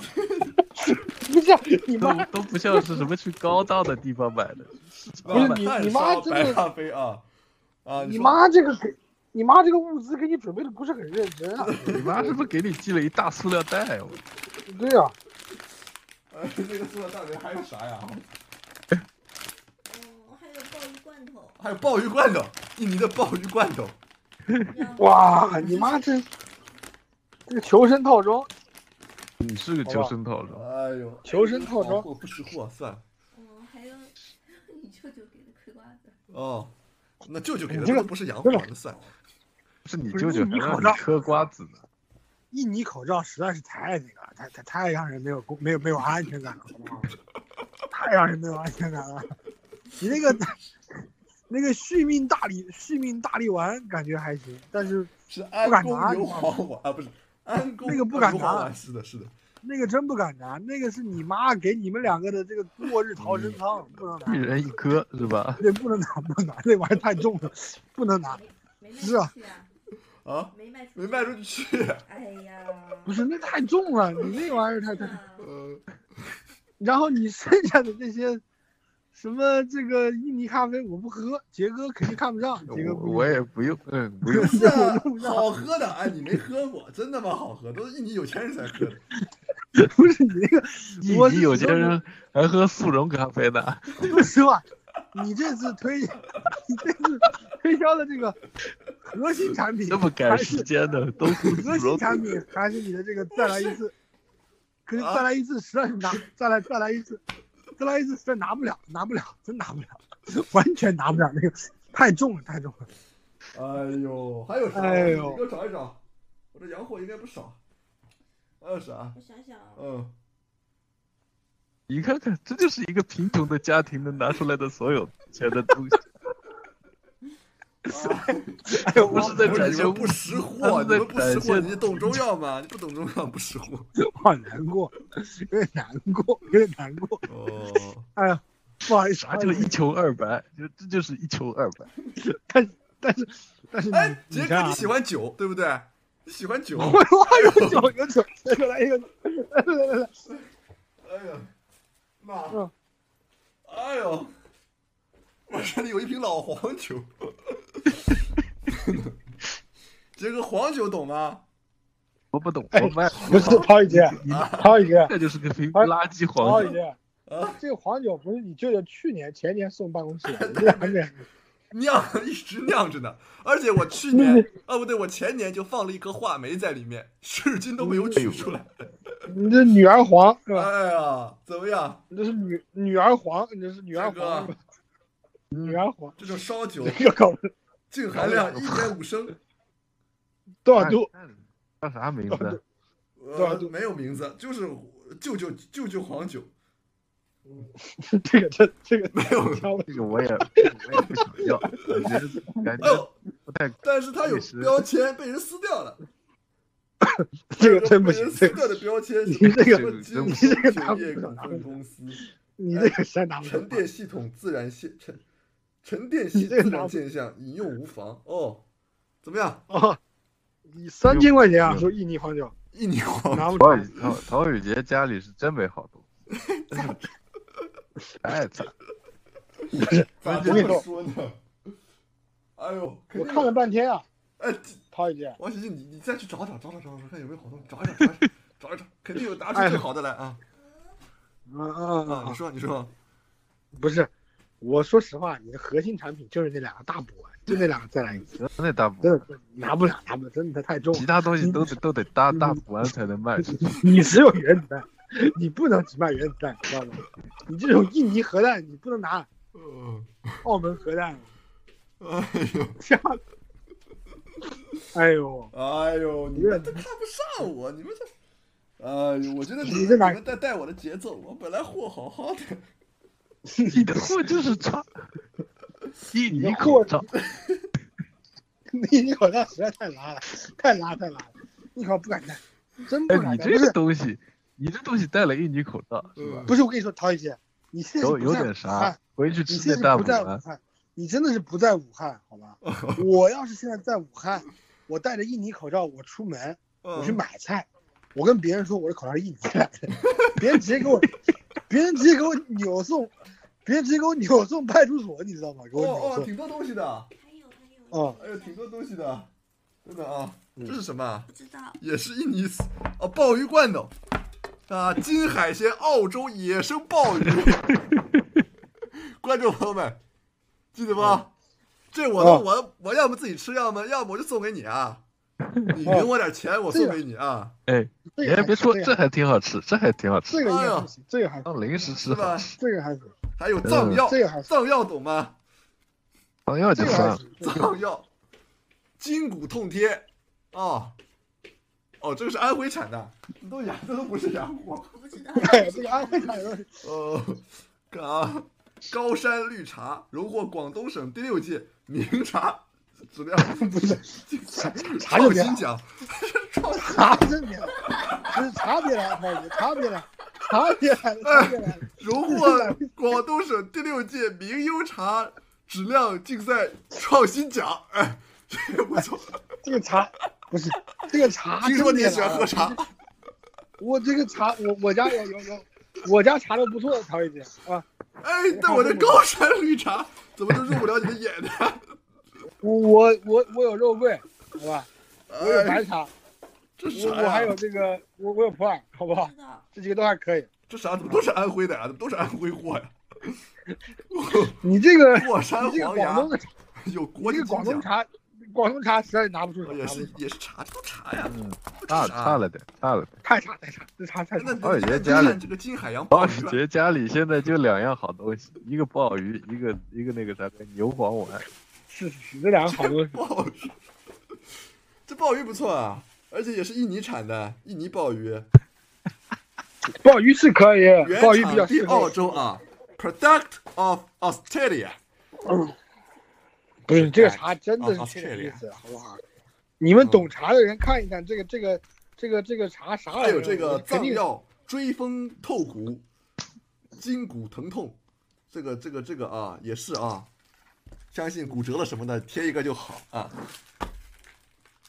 Speaker 1: 不是啊你妈
Speaker 3: 都都不像是什么去高档的地方买的。市场
Speaker 1: 不是
Speaker 3: 买
Speaker 1: 你
Speaker 2: 炭
Speaker 1: 你妈
Speaker 2: 烧
Speaker 1: 真
Speaker 2: 白
Speaker 1: 的
Speaker 2: 咖啡啊啊！
Speaker 1: 你
Speaker 2: 说
Speaker 1: 妈这个给，你妈这个物资给你准备的不是很认真啊！
Speaker 3: 你妈是不是给你寄了一大塑料袋？我
Speaker 1: 对啊，
Speaker 2: 呃，那个塑料袋里还有啥呀？
Speaker 4: 嗯，还有鲍鱼罐 头，
Speaker 2: 还有鲍鱼罐头，印尼的鲍鱼罐头。
Speaker 4: 然后
Speaker 1: 哇，你妈这这个求生套装，
Speaker 3: 你是个求生套路，
Speaker 2: 哎呦，
Speaker 1: 求生套装
Speaker 2: 好货不识货，算了。
Speaker 4: 嗯，还有 你舅舅给的嗑瓜子，
Speaker 2: 哦，那舅舅给的
Speaker 1: 你这个
Speaker 2: 都不是洋货
Speaker 1: 真，的
Speaker 2: 那算了。
Speaker 3: 是你
Speaker 1: 不是
Speaker 3: 舅舅
Speaker 1: 你
Speaker 3: 还让
Speaker 1: 口
Speaker 3: 你
Speaker 1: 罩
Speaker 3: 嗑瓜子呢。
Speaker 1: 印尼口罩实在是太那个了，太太太让人没有没有没有安全感了，好不好？太让人没有安全感了。你那个那个续命大力续命大力丸感觉还行，但是
Speaker 2: 是安
Speaker 1: 敢
Speaker 2: 宫
Speaker 1: 拿
Speaker 2: 牛
Speaker 1: 你知道
Speaker 2: 黄丸啊，不是安宫
Speaker 1: 那个不
Speaker 2: 牛
Speaker 1: 敢
Speaker 2: 黄
Speaker 1: 拿
Speaker 2: 丸是的，是的。
Speaker 1: 那个真不敢拿，那个是你妈给你们两个的这个末日逃生舱，不能
Speaker 3: 一
Speaker 1: 拿，
Speaker 3: 人一颗是吧？
Speaker 1: 对，不能拿，不能拿，那玩意儿太重了，不能拿。
Speaker 4: 没没卖
Speaker 1: 是啊
Speaker 4: 出去啊，
Speaker 2: 啊，
Speaker 4: 没卖出去，
Speaker 2: 没卖出去。
Speaker 4: 哎呀，
Speaker 1: 不是，那太重了，你那玩意儿太太。
Speaker 4: 啊
Speaker 2: 呃，
Speaker 1: 然后你剩下的这些，什么这个印尼咖啡我不喝，杰哥肯定看不上。杰哥
Speaker 3: 我
Speaker 1: 不
Speaker 3: 我也不用，嗯，不 用
Speaker 2: 不。是啊好喝的，哎，你没喝过，真的吗？好喝，都是印尼有钱人才喝的。
Speaker 1: 不是你那个，
Speaker 3: 印
Speaker 1: 我
Speaker 3: 尼
Speaker 1: 是
Speaker 3: 有
Speaker 1: 觉
Speaker 3: 钱
Speaker 1: 得
Speaker 3: 人还喝速溶咖啡呢。
Speaker 1: 说实话，你这次推，你这次推销的这个核心产品
Speaker 3: 这么赶
Speaker 1: 还
Speaker 3: 时
Speaker 1: 是
Speaker 3: 间的，都是
Speaker 1: 核
Speaker 3: 速
Speaker 1: 心
Speaker 3: 溶。
Speaker 1: 产品还是你的这个再来一次，可是
Speaker 2: 啊
Speaker 1: 再来一次实在是拿再来再来一次，再来一次实在拿不了，拿不了，真拿不了，完全拿不了，那个太重了，太重了。
Speaker 2: 哎呦，还有啥？
Speaker 1: 哎呦
Speaker 2: 你给我找一找，我这洋货应该不少。还有啥？
Speaker 4: 我想想啊，
Speaker 2: 嗯，
Speaker 3: 你看看，这就是一个贫穷的家庭能拿出来的所有钱的东西，
Speaker 2: 啊
Speaker 1: 哎呦，
Speaker 3: 不
Speaker 1: 我
Speaker 3: 是在展
Speaker 2: 你
Speaker 3: 现
Speaker 2: 们不识货，
Speaker 3: 他们在
Speaker 2: 你们不识
Speaker 3: 展
Speaker 2: 货，
Speaker 3: 现
Speaker 2: 你懂中药吗？你不懂中药不识货。
Speaker 1: 好难过，有点难过，有点难过。
Speaker 2: 哦，
Speaker 1: 哎呀，不好意思，
Speaker 3: 啥叫一穷二白？就这就是一穷二白。
Speaker 1: 但是但是但是你，
Speaker 2: 哎，
Speaker 1: 你
Speaker 2: 杰
Speaker 1: 看
Speaker 2: 哥
Speaker 1: 啊
Speaker 2: 你喜欢酒对不对？你喜欢酒。
Speaker 1: 我我有酒有酒，来来来来来来来，
Speaker 2: 哎呀，妈
Speaker 1: 嗯！
Speaker 2: 哎呦，我这里有一瓶老黄酒。 杰哥，黄酒懂吗？
Speaker 3: 我不懂，
Speaker 1: 哎
Speaker 3: 我卖
Speaker 1: 不是陶宇杰，
Speaker 3: 你妈
Speaker 1: 陶宇杰，
Speaker 3: 这就是个贫
Speaker 1: 哎
Speaker 3: 垃圾
Speaker 1: 陶
Speaker 3: 皇
Speaker 1: 宇
Speaker 3: 帝。
Speaker 1: 杰，
Speaker 2: 啊，
Speaker 1: 这个黄酒不是你舅舅去年前年送办公室的，你俩还没
Speaker 2: 酿一直酿着呢。而且我去年，啊不对，我前年就放了一颗话梅在里面，至今都没有取出来。
Speaker 1: 你这女儿黄是吧？
Speaker 2: 哎呀，怎么样，
Speaker 1: 你这是女女儿黄，你这是女
Speaker 2: 杰
Speaker 1: 儿
Speaker 2: 哥
Speaker 1: 黄，？女儿黄，
Speaker 2: 这种烧酒
Speaker 1: 这个搞
Speaker 2: 净含量一点五升，
Speaker 1: 多
Speaker 3: 哦
Speaker 1: 少度？
Speaker 3: 叫啥名字？啊
Speaker 2: 呃，没有名字，就是舅舅舅舅黄酒，
Speaker 1: 这个这这个
Speaker 2: 没有。
Speaker 1: 挑了
Speaker 3: 这个我也我也不想要，感觉感
Speaker 2: 哎
Speaker 3: 觉
Speaker 2: 呦，
Speaker 3: 不太
Speaker 2: 但是它有标签，被人撕掉了。
Speaker 1: 这个真不
Speaker 2: 被
Speaker 1: 行
Speaker 2: 人，
Speaker 1: 这
Speaker 2: 撕
Speaker 1: 个
Speaker 2: 掉的标签，
Speaker 1: 你这
Speaker 2: 什
Speaker 1: 个
Speaker 2: 么金
Speaker 3: 你
Speaker 2: 属
Speaker 1: 这个
Speaker 2: 酒
Speaker 1: 拿不
Speaker 2: 业
Speaker 1: 出
Speaker 2: 股
Speaker 1: 来
Speaker 2: 份公司
Speaker 1: 你这个实在拿不出
Speaker 2: 沉
Speaker 1: 来。
Speaker 2: 淀系统自然现沉 沉淀系
Speaker 1: 你这个
Speaker 2: 自
Speaker 1: 拿
Speaker 2: 然
Speaker 1: 不
Speaker 2: 现象，引用无妨哦。怎么样？
Speaker 1: 啊， 你三千块钱啊，
Speaker 3: 嗯
Speaker 1: 说印尼黄酒
Speaker 2: 印尼黄
Speaker 1: 哦 拿不出
Speaker 3: 陶
Speaker 1: 来
Speaker 3: 宇，陶陶宇杰家里是真没好东西，哎太惨。
Speaker 2: 咋
Speaker 1: 我
Speaker 2: 这
Speaker 1: 跟你
Speaker 2: 么
Speaker 1: 说
Speaker 2: 说呢？哎呦，
Speaker 1: 我看了半天啊，
Speaker 2: 哎，
Speaker 1: 陶宇杰，
Speaker 2: 王喜庆，你你再去找找找找找找，看有没有好东西，找一找找一找找一找，肯定有拿出
Speaker 1: 哎
Speaker 2: 最好的来啊！
Speaker 1: 嗯嗯
Speaker 2: 啊，你
Speaker 1: 嗯，
Speaker 2: 说 你说，
Speaker 1: 不是，我说实话，你的核心产品就是那两个大补丸，就那两个再来一次，
Speaker 3: 行，那大补
Speaker 1: 真的拿不了，拿不了，真的太重
Speaker 3: 其
Speaker 1: 了。
Speaker 3: 他东西都得都得搭大补完才能卖出 去。
Speaker 1: 你只有原子弹，你不能只卖原子弹，知道吗？你这种印尼核弹，你不能拿
Speaker 2: 嗯，
Speaker 1: 澳门核弹，
Speaker 2: 哎呦，
Speaker 1: 这样，哎呦，
Speaker 2: 哎呦，你
Speaker 1: 有
Speaker 2: 们
Speaker 1: 点
Speaker 2: 都看不上我，你们这，哎呦，我觉得你
Speaker 1: 你
Speaker 2: 你
Speaker 1: 这哪
Speaker 2: 们在带我的节奏，我本来货好好的，
Speaker 3: 你的货就是 差，印尼
Speaker 1: 货
Speaker 3: 口罩，
Speaker 1: 印尼核弹实在太拉了，太拉太拉了，一口不敢带，真不
Speaker 3: 哎，
Speaker 1: 敢
Speaker 3: 你
Speaker 1: 带。
Speaker 3: 这
Speaker 1: 不
Speaker 3: 个
Speaker 1: 是
Speaker 3: 东西，你这东西带了印尼口罩是吧
Speaker 2: 嗯？
Speaker 1: 不是，我跟你说，陶宇杰，你现在是
Speaker 3: 有
Speaker 1: 不
Speaker 3: 有
Speaker 1: 在
Speaker 3: 点
Speaker 1: 武汉
Speaker 3: 啥？回去
Speaker 1: 你
Speaker 3: 吃
Speaker 1: 现
Speaker 3: 那
Speaker 1: 在
Speaker 3: 大
Speaker 1: 不
Speaker 3: 补
Speaker 1: 在武
Speaker 3: 丸，
Speaker 1: 汉，你真的是不在武汉，好 吧？我要是现在在武汉，我戴着印尼口罩，我出门，我去
Speaker 2: 嗯
Speaker 1: 买菜，我跟别人说我的口罩是印尼来的，别人直接给我，别人直接给我扭送，别人直接给我扭送派出所，你知道吗？给我扭
Speaker 2: 哦哦，
Speaker 1: 送。
Speaker 2: 挺多东西的，
Speaker 4: 还有还有，
Speaker 1: 哦
Speaker 2: 哎呦，挺多东西的，真的啊，
Speaker 1: 嗯
Speaker 2: 这是什么啊？
Speaker 4: 不知道，
Speaker 2: 也是印尼丝啊，鲍鱼罐头啊，金海鲜澳洲野生鲍鱼。 观众朋友们，记得
Speaker 1: 嗯
Speaker 2: 吗？这我呢，
Speaker 1: 哦
Speaker 2: 我我要么自己吃，要么要么我就送给你啊。你
Speaker 1: 嗯
Speaker 2: 给我点钱，我送给你啊，
Speaker 3: 哎，
Speaker 1: 这个
Speaker 3: 哎，
Speaker 1: 还
Speaker 3: 别说，
Speaker 1: 这
Speaker 3: 这
Speaker 1: 个
Speaker 3: 还挺好吃，这还挺好吃
Speaker 1: 这，个应
Speaker 2: 哎
Speaker 1: 该
Speaker 2: 呦
Speaker 1: 不行，这个还
Speaker 3: 当零食
Speaker 2: 是
Speaker 3: 吃好
Speaker 2: 吧？
Speaker 3: 吃，
Speaker 1: 这个还行，
Speaker 2: 还有藏药
Speaker 1: 嗯这，个还行，
Speaker 2: 藏药懂吗？
Speaker 3: 当药
Speaker 1: 这
Speaker 3: 就
Speaker 1: 个
Speaker 3: 算
Speaker 1: 还
Speaker 3: 了。
Speaker 1: 行。这个，
Speaker 2: 藏药，筋骨痛贴啊。哦，这个是安徽产的，你都洋，这都不是洋货。
Speaker 4: 我 不知道
Speaker 1: 对，这个安徽产的东西，
Speaker 2: 呃，看啊，高山绿茶荣获广东省第六届名茶质量
Speaker 1: 不是茶就
Speaker 2: 创
Speaker 1: 别
Speaker 2: 新
Speaker 1: 了
Speaker 2: 奖，创新
Speaker 1: 茶真别来，不是茶别来，陶宇杰，茶别来，茶别来，茶别来。
Speaker 2: 荣获广东省第六届名优茶质量竞赛创新奖。哎，这个不错。
Speaker 1: 这个茶不是这个茶，
Speaker 2: 听说你也喜欢喝？茶，
Speaker 1: 我这个茶，我我家有有有，我家茶都不错，陶一姐啊，
Speaker 2: 哎，但我的高山绿茶怎么都入不了你的眼呢？
Speaker 1: 我我我我有肉桂，好吧，我有
Speaker 2: 哎，
Speaker 1: 白茶，
Speaker 2: 这啥
Speaker 1: 我我还有
Speaker 2: 呀？
Speaker 1: 这个我我有普洱，好不
Speaker 4: 不
Speaker 1: 好
Speaker 4: 知？ 道，
Speaker 1: 这几个都还可以。
Speaker 2: 这啥怎么都是安徽的呀？怎么都是安徽货 呀？
Speaker 1: 你这个
Speaker 2: 过山
Speaker 1: 你这个
Speaker 2: 黄
Speaker 1: 广
Speaker 2: 芽
Speaker 1: 东的，
Speaker 2: 有国
Speaker 1: 你这
Speaker 2: 际
Speaker 1: 个广
Speaker 2: 金
Speaker 1: 东
Speaker 2: 奖。
Speaker 1: 茶，广东茶实在拿不出手，
Speaker 2: 也
Speaker 1: 拿不出
Speaker 2: 是
Speaker 1: 手
Speaker 2: 也是茶，都茶呀。
Speaker 3: 嗯
Speaker 2: 不
Speaker 3: 差
Speaker 2: 啥
Speaker 3: 差了点，差了点。
Speaker 1: 太差太差，这茶太差
Speaker 2: 那。
Speaker 3: 鲍宇
Speaker 2: 你
Speaker 3: 杰
Speaker 2: 看
Speaker 3: 家里
Speaker 2: 看这个金 海洋
Speaker 3: 鲍
Speaker 2: 鲍
Speaker 3: 宇
Speaker 2: 鱼啊，
Speaker 3: 杰家里现在就两样好东西，一个鲍鱼，一个一个那个啥牛黄丸。
Speaker 1: 是是是，这两个好东西，
Speaker 2: 鲍鱼，这鲍鱼不错啊，而且也是印尼产的，印尼鲍鱼，
Speaker 1: 鲍鱼是可以，
Speaker 2: 原
Speaker 1: 鲍鱼比较
Speaker 2: 产地
Speaker 1: 适合
Speaker 2: 澳。洲啊，product of Australia。
Speaker 1: 嗯不是这个茶真的
Speaker 2: 啊
Speaker 1: 是
Speaker 2: 确
Speaker 1: 挺有
Speaker 2: 实
Speaker 1: 意思，好不好？你们
Speaker 2: 嗯
Speaker 1: 懂茶的人看一看这个这个这个这个茶啥玩
Speaker 2: 还
Speaker 1: 意儿？
Speaker 2: 有这
Speaker 1: 哎我
Speaker 2: 个
Speaker 1: 肯
Speaker 2: 藏
Speaker 1: 定
Speaker 2: 药追风透骨，筋骨疼痛，这个这个这个啊也是啊，相信骨折了什么的贴一个就好啊。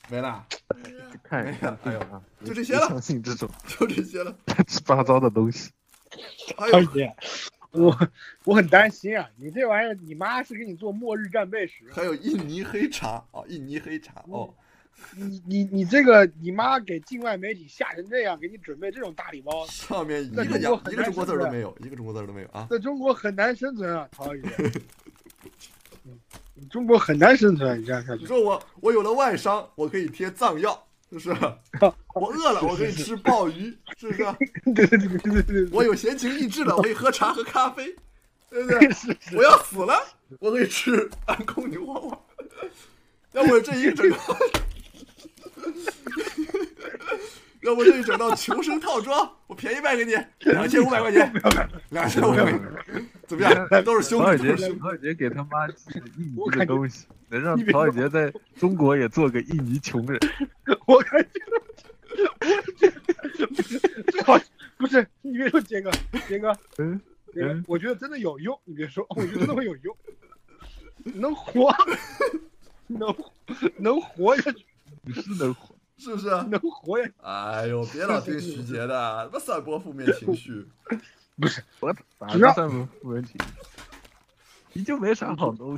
Speaker 2: 没了，
Speaker 4: 一个
Speaker 3: 看一看，
Speaker 2: 哎呀
Speaker 3: 啊，
Speaker 2: 就这些了
Speaker 3: 相信这种
Speaker 2: 就这些了。
Speaker 3: 乱七八糟的东西。
Speaker 2: 还
Speaker 1: 可
Speaker 2: 有
Speaker 1: 以。我我很担心啊，你这玩意儿，你妈是给你做末日战备使用。
Speaker 2: 还有印尼黑茶啊、哦，印尼黑茶哦，
Speaker 1: 你你你这个你妈给境外媒体吓成这样，给你准备这种大礼包，
Speaker 2: 上面一
Speaker 1: 那
Speaker 2: 个
Speaker 1: 中
Speaker 2: 洋
Speaker 1: 国很
Speaker 2: 一个
Speaker 1: 难
Speaker 2: 中国字儿
Speaker 1: 是不
Speaker 2: 都
Speaker 1: 是
Speaker 2: 没有，一个中国字儿都没有啊！
Speaker 1: 在中国很难生存啊，陶宇。 嗯中国很难生存，你这样下
Speaker 2: 你
Speaker 1: 去。
Speaker 2: 说我我有了外伤，我可以贴藏药，是 不是？我饿了，我可以吃鲍鱼，是不是？啊
Speaker 1: 对对对对对对对，
Speaker 2: 我有闲情逸致了，我可以喝茶喝咖啡，对不对？我要死了，我可以吃安宫牛黄丸。 要不这一整套， 要不这一整套求生套装，我便宜卖给你，两千五百块钱，两千 五百块钱，怎么样？都是兄
Speaker 3: 陶宇
Speaker 2: 弟，都是
Speaker 3: 杰，
Speaker 2: 兄弟。
Speaker 3: 陶宇杰给他妈寄了印尼
Speaker 1: 我
Speaker 3: 的
Speaker 1: 感觉
Speaker 3: 东西，能让
Speaker 1: 你别
Speaker 3: 陶宇
Speaker 1: 说
Speaker 3: 杰在中国也做个印尼穷人。
Speaker 1: 我感觉，我觉得好 不是你别说杰哥，杰哥，
Speaker 3: 嗯
Speaker 1: 杰哥
Speaker 3: 嗯，
Speaker 1: 我觉得真的有用，你别说，我觉得真的会有用。能活， 能能活下去，
Speaker 3: 你是能活，
Speaker 2: 是不是？
Speaker 1: 能活下去。
Speaker 2: 哎呦，别老听徐杰的，他妈散播负面情绪。
Speaker 3: 我咋
Speaker 1: 只要
Speaker 3: 就算不富人体？你就没啥好东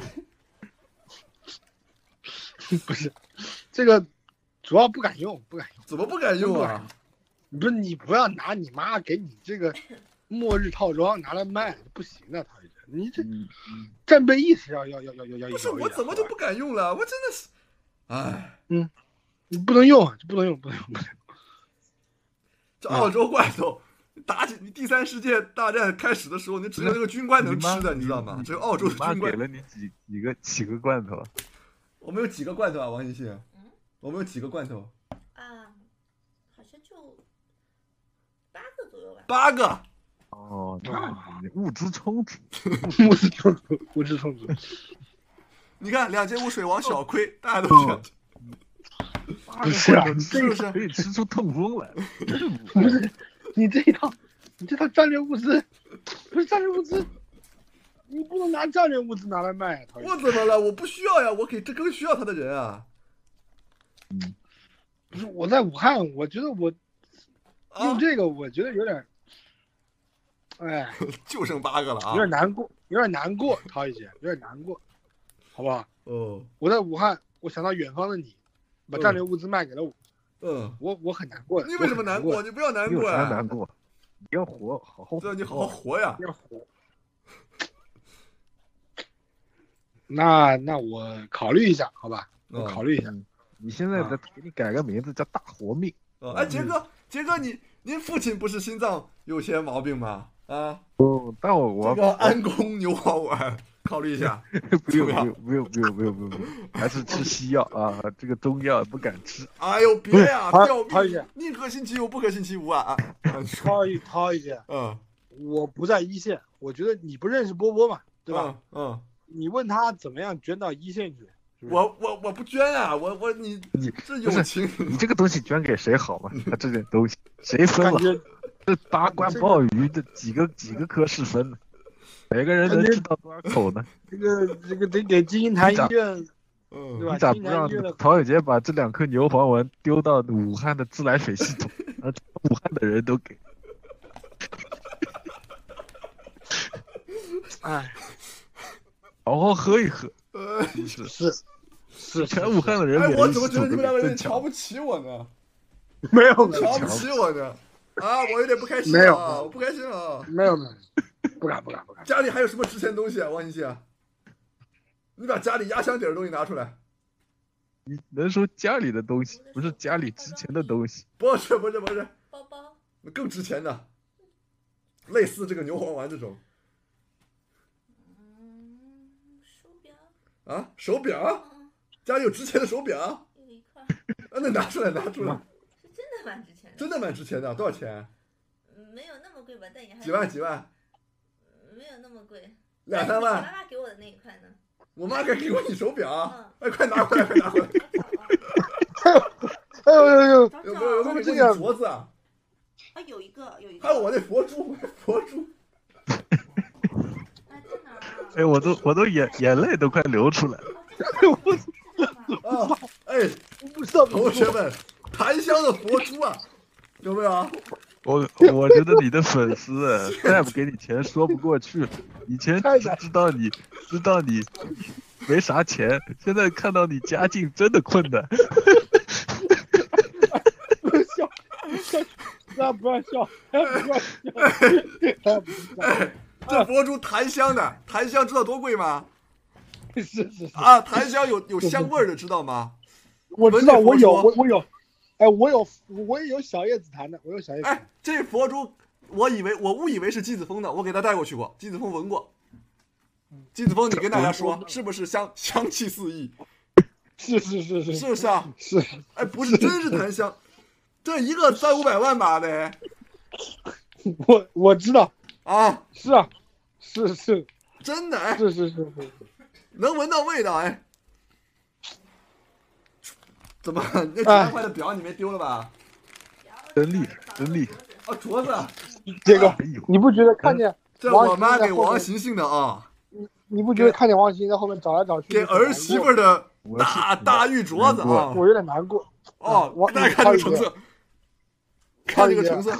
Speaker 3: 西。
Speaker 1: 不是，这个主要不敢用，不敢
Speaker 2: 怎么不敢用啊？
Speaker 1: 用。不是你不要拿你妈给你这个末日套装拿来卖，不行的，陶宇哲，你这
Speaker 3: 嗯
Speaker 1: 战备意识要要要要要要
Speaker 2: 不
Speaker 1: 有
Speaker 2: 是我怎么就不敢用了？我真的是，哎，
Speaker 1: 你不能用，不能用，不能用，不能用。
Speaker 2: 这澳洲怪兽打起你第三世界大战开始的时候，你只有那个军官能吃的，你知道吗？只有澳洲的
Speaker 3: 你妈
Speaker 2: 军
Speaker 3: 给
Speaker 2: 官。
Speaker 3: 了你几几个几个罐头啊？
Speaker 2: 我们有几个罐头啊，王一信？我们有几个罐头？
Speaker 4: 啊，好像就八个左右吧。
Speaker 2: 八个。
Speaker 3: 哦，那
Speaker 2: 啊
Speaker 3: 你物资充足，
Speaker 1: 物资充足，物资充足。
Speaker 2: 你看，两截污水王小亏，大家都
Speaker 3: 哦
Speaker 2: 觉
Speaker 3: 八个
Speaker 1: 不是啊
Speaker 3: 罐头
Speaker 2: 是不是
Speaker 3: 可以吃出痛风 来？
Speaker 1: 不是，你这一套，你这套战略物资，不是战略物资，你不能拿战略物资拿来卖啊！陶宇
Speaker 2: 我怎么了？我不需要呀，我给这更需要他的人啊。
Speaker 1: 不是我在武汉，我觉得我
Speaker 2: 啊
Speaker 1: 用，这个，我觉得有点，哎，
Speaker 2: 就剩八个了
Speaker 1: 有
Speaker 2: 啊。
Speaker 1: 点难过，有点难过，陶宇姐，有点难过，好不好？
Speaker 2: 哦，
Speaker 1: 我在武汉，我想到远方的你，把战略物资卖给了我，
Speaker 2: 嗯，
Speaker 1: 我我很难过的。
Speaker 2: 你为什
Speaker 1: 我
Speaker 2: 么
Speaker 1: 很
Speaker 2: 难
Speaker 1: 过
Speaker 2: 过？？你不要难
Speaker 3: 你有
Speaker 2: 过
Speaker 3: 啥
Speaker 2: 呀，
Speaker 3: 难过？你要活，好好
Speaker 2: 对，
Speaker 3: 活。
Speaker 2: 啊你好好活呀。
Speaker 1: 要火。那那我考虑一下，好吧？我考
Speaker 2: 啊
Speaker 1: 虑一下。
Speaker 3: 你现在再给你改个名字叫大活命，
Speaker 2: 啊哎，杰哥，杰哥，你您父亲不是心脏有些毛病吗？啊，
Speaker 3: 哦，但我
Speaker 2: 这
Speaker 3: 我
Speaker 2: 个安宫牛黄丸，考虑一 下。
Speaker 3: 不用不用不用不用不用不用，还是吃西药啊，这个中药不敢吃。
Speaker 2: 哎呦，别呀，
Speaker 1: 不是
Speaker 2: 要
Speaker 1: 陶陶姐
Speaker 2: 命！宁可信其有，不可信其无啊！啊，啊你说
Speaker 1: 涛一涛一姐，
Speaker 2: 嗯，
Speaker 1: 我不在一线，我觉得你不认识波波嘛，对吧？
Speaker 2: 嗯？嗯，
Speaker 1: 你问他怎么样捐到一线去，
Speaker 2: 我我我不捐啊，我我你
Speaker 3: 你
Speaker 2: 这
Speaker 3: 不
Speaker 2: 友
Speaker 3: 是
Speaker 2: 情，
Speaker 3: 你这个东西捐给谁好嘛？他这点东西谁分
Speaker 1: 感
Speaker 3: 了？
Speaker 1: 觉
Speaker 3: 这八关鲍鱼的几个几个科室分呢？每个人能吃到多少口呢？
Speaker 1: 这个这个得给金银潭医院，
Speaker 2: 嗯，
Speaker 1: 对吧
Speaker 3: 你咋不让陶小杰把这两颗牛黄丸丢到武汉的自来水系统，然后武汉的人都给？
Speaker 1: 哎，
Speaker 3: 好好喝一喝，
Speaker 2: 呃，
Speaker 3: 就是
Speaker 1: 是是
Speaker 3: 全武汉的人
Speaker 2: 哎，
Speaker 3: 免
Speaker 2: 我
Speaker 3: 疫
Speaker 2: 怎么
Speaker 3: 系
Speaker 2: 觉
Speaker 3: 统
Speaker 2: 得你
Speaker 3: 都
Speaker 2: 们两个
Speaker 3: 给
Speaker 2: 有点
Speaker 3: 增
Speaker 2: 瞧
Speaker 3: 强。
Speaker 2: 不起我呢？
Speaker 1: 没有没
Speaker 2: 瞧
Speaker 1: 有
Speaker 2: 不起我呢？啊，我有点不开心
Speaker 1: 没有
Speaker 2: 啊，我不开心啊！
Speaker 1: 没有没有，不敢不敢不敢，
Speaker 2: 家里还有什么值钱东西啊，王一姐？你把家里压箱底儿的东西拿出来。
Speaker 3: 你能说家里的东西，不是家里值钱的东西。
Speaker 2: 不是不是不是，
Speaker 4: 包包，
Speaker 2: 更值钱的，类似这个牛黄丸这种
Speaker 4: 嗯，手表，
Speaker 2: 啊，手表，
Speaker 4: 嗯，
Speaker 2: 家里有值钱的手表，啊，
Speaker 4: 有一块儿，
Speaker 2: 那拿出来拿出来，
Speaker 4: 是真的蛮值钱的。
Speaker 2: 真的蛮值钱的，多少钱？
Speaker 4: 嗯没有那么贵吧，但也还嗯
Speaker 2: 几万几万，
Speaker 4: 没有那么贵。
Speaker 2: 两三
Speaker 4: 但是我
Speaker 2: 万
Speaker 4: 妈。妈给我的那一块呢？
Speaker 2: 我妈该给我你手表啊，哎，快拿回来，快拿回来。
Speaker 4: 找啊
Speaker 1: 哎呦呦呦，
Speaker 4: 找
Speaker 2: 有没有有没有
Speaker 1: 这
Speaker 2: 给
Speaker 1: 个
Speaker 2: 你镯子啊？
Speaker 4: 啊，有一个有一个。
Speaker 2: 还有我那佛珠， 佛珠。
Speaker 4: 啊，在哪儿啊？
Speaker 3: 哎，我都我都眼眼泪都快流出来了。
Speaker 4: 我
Speaker 2: 啊，哎，
Speaker 1: 我不知道怎么
Speaker 2: 同学
Speaker 1: 说，
Speaker 2: 们，檀香的佛珠啊，有没有啊？
Speaker 3: 我我觉得你的粉 丝啊再不给你钱说不过去了。以前
Speaker 1: 太
Speaker 3: 只
Speaker 1: 难
Speaker 3: 知道你知道你没啥钱，现在看到你家境真的困难，
Speaker 1: 不要笑，那不要笑，不要笑，那不要笑，
Speaker 2: 这佛珠檀香的，檀香知道多贵吗？
Speaker 1: 是是是，
Speaker 2: 啊，檀香有有香味儿的，知道吗？
Speaker 1: 我知道
Speaker 2: 文
Speaker 1: 我
Speaker 2: 具
Speaker 1: 有
Speaker 2: 佛
Speaker 1: 我我有，哎我有我也有小叶紫檀的，我有小叶紫檀
Speaker 2: 哎，这佛珠，我以为我误以为是季子峰的，我给他带过去过，季子峰闻过。
Speaker 1: 嗯
Speaker 2: 季子峰，你跟大家说，是不是香香气四溢？
Speaker 1: 是是是是
Speaker 2: 是不是啊？
Speaker 1: 是，
Speaker 2: 哎，不是，真是檀香，这一个三五百万吧得。
Speaker 1: 我我知道，
Speaker 2: 啊，
Speaker 1: 是啊，是是
Speaker 2: 真的哎，
Speaker 1: 是是是是，
Speaker 2: 能闻到味道哎。怎么那
Speaker 1: 哎
Speaker 2: 几万块的表你没丢了吧？
Speaker 3: 真厉害，真厉害！
Speaker 2: 啊，镯子，
Speaker 1: 杰哥，
Speaker 3: 哎呦，
Speaker 1: 你不觉得看见
Speaker 2: 这
Speaker 1: 王
Speaker 2: 我
Speaker 1: 鑫
Speaker 2: 妈
Speaker 1: 在
Speaker 2: 给
Speaker 1: 后
Speaker 2: 王
Speaker 1: 面
Speaker 2: 行行的啊。
Speaker 1: 你不觉得看见王鑫在后面找来找去，
Speaker 2: 给儿媳妇儿的
Speaker 3: 我是
Speaker 2: 大大玉镯子啊！
Speaker 1: 我有点难过。
Speaker 2: 哦
Speaker 1: 我，
Speaker 2: 大家看这个成
Speaker 1: 我
Speaker 2: 色，看这个成色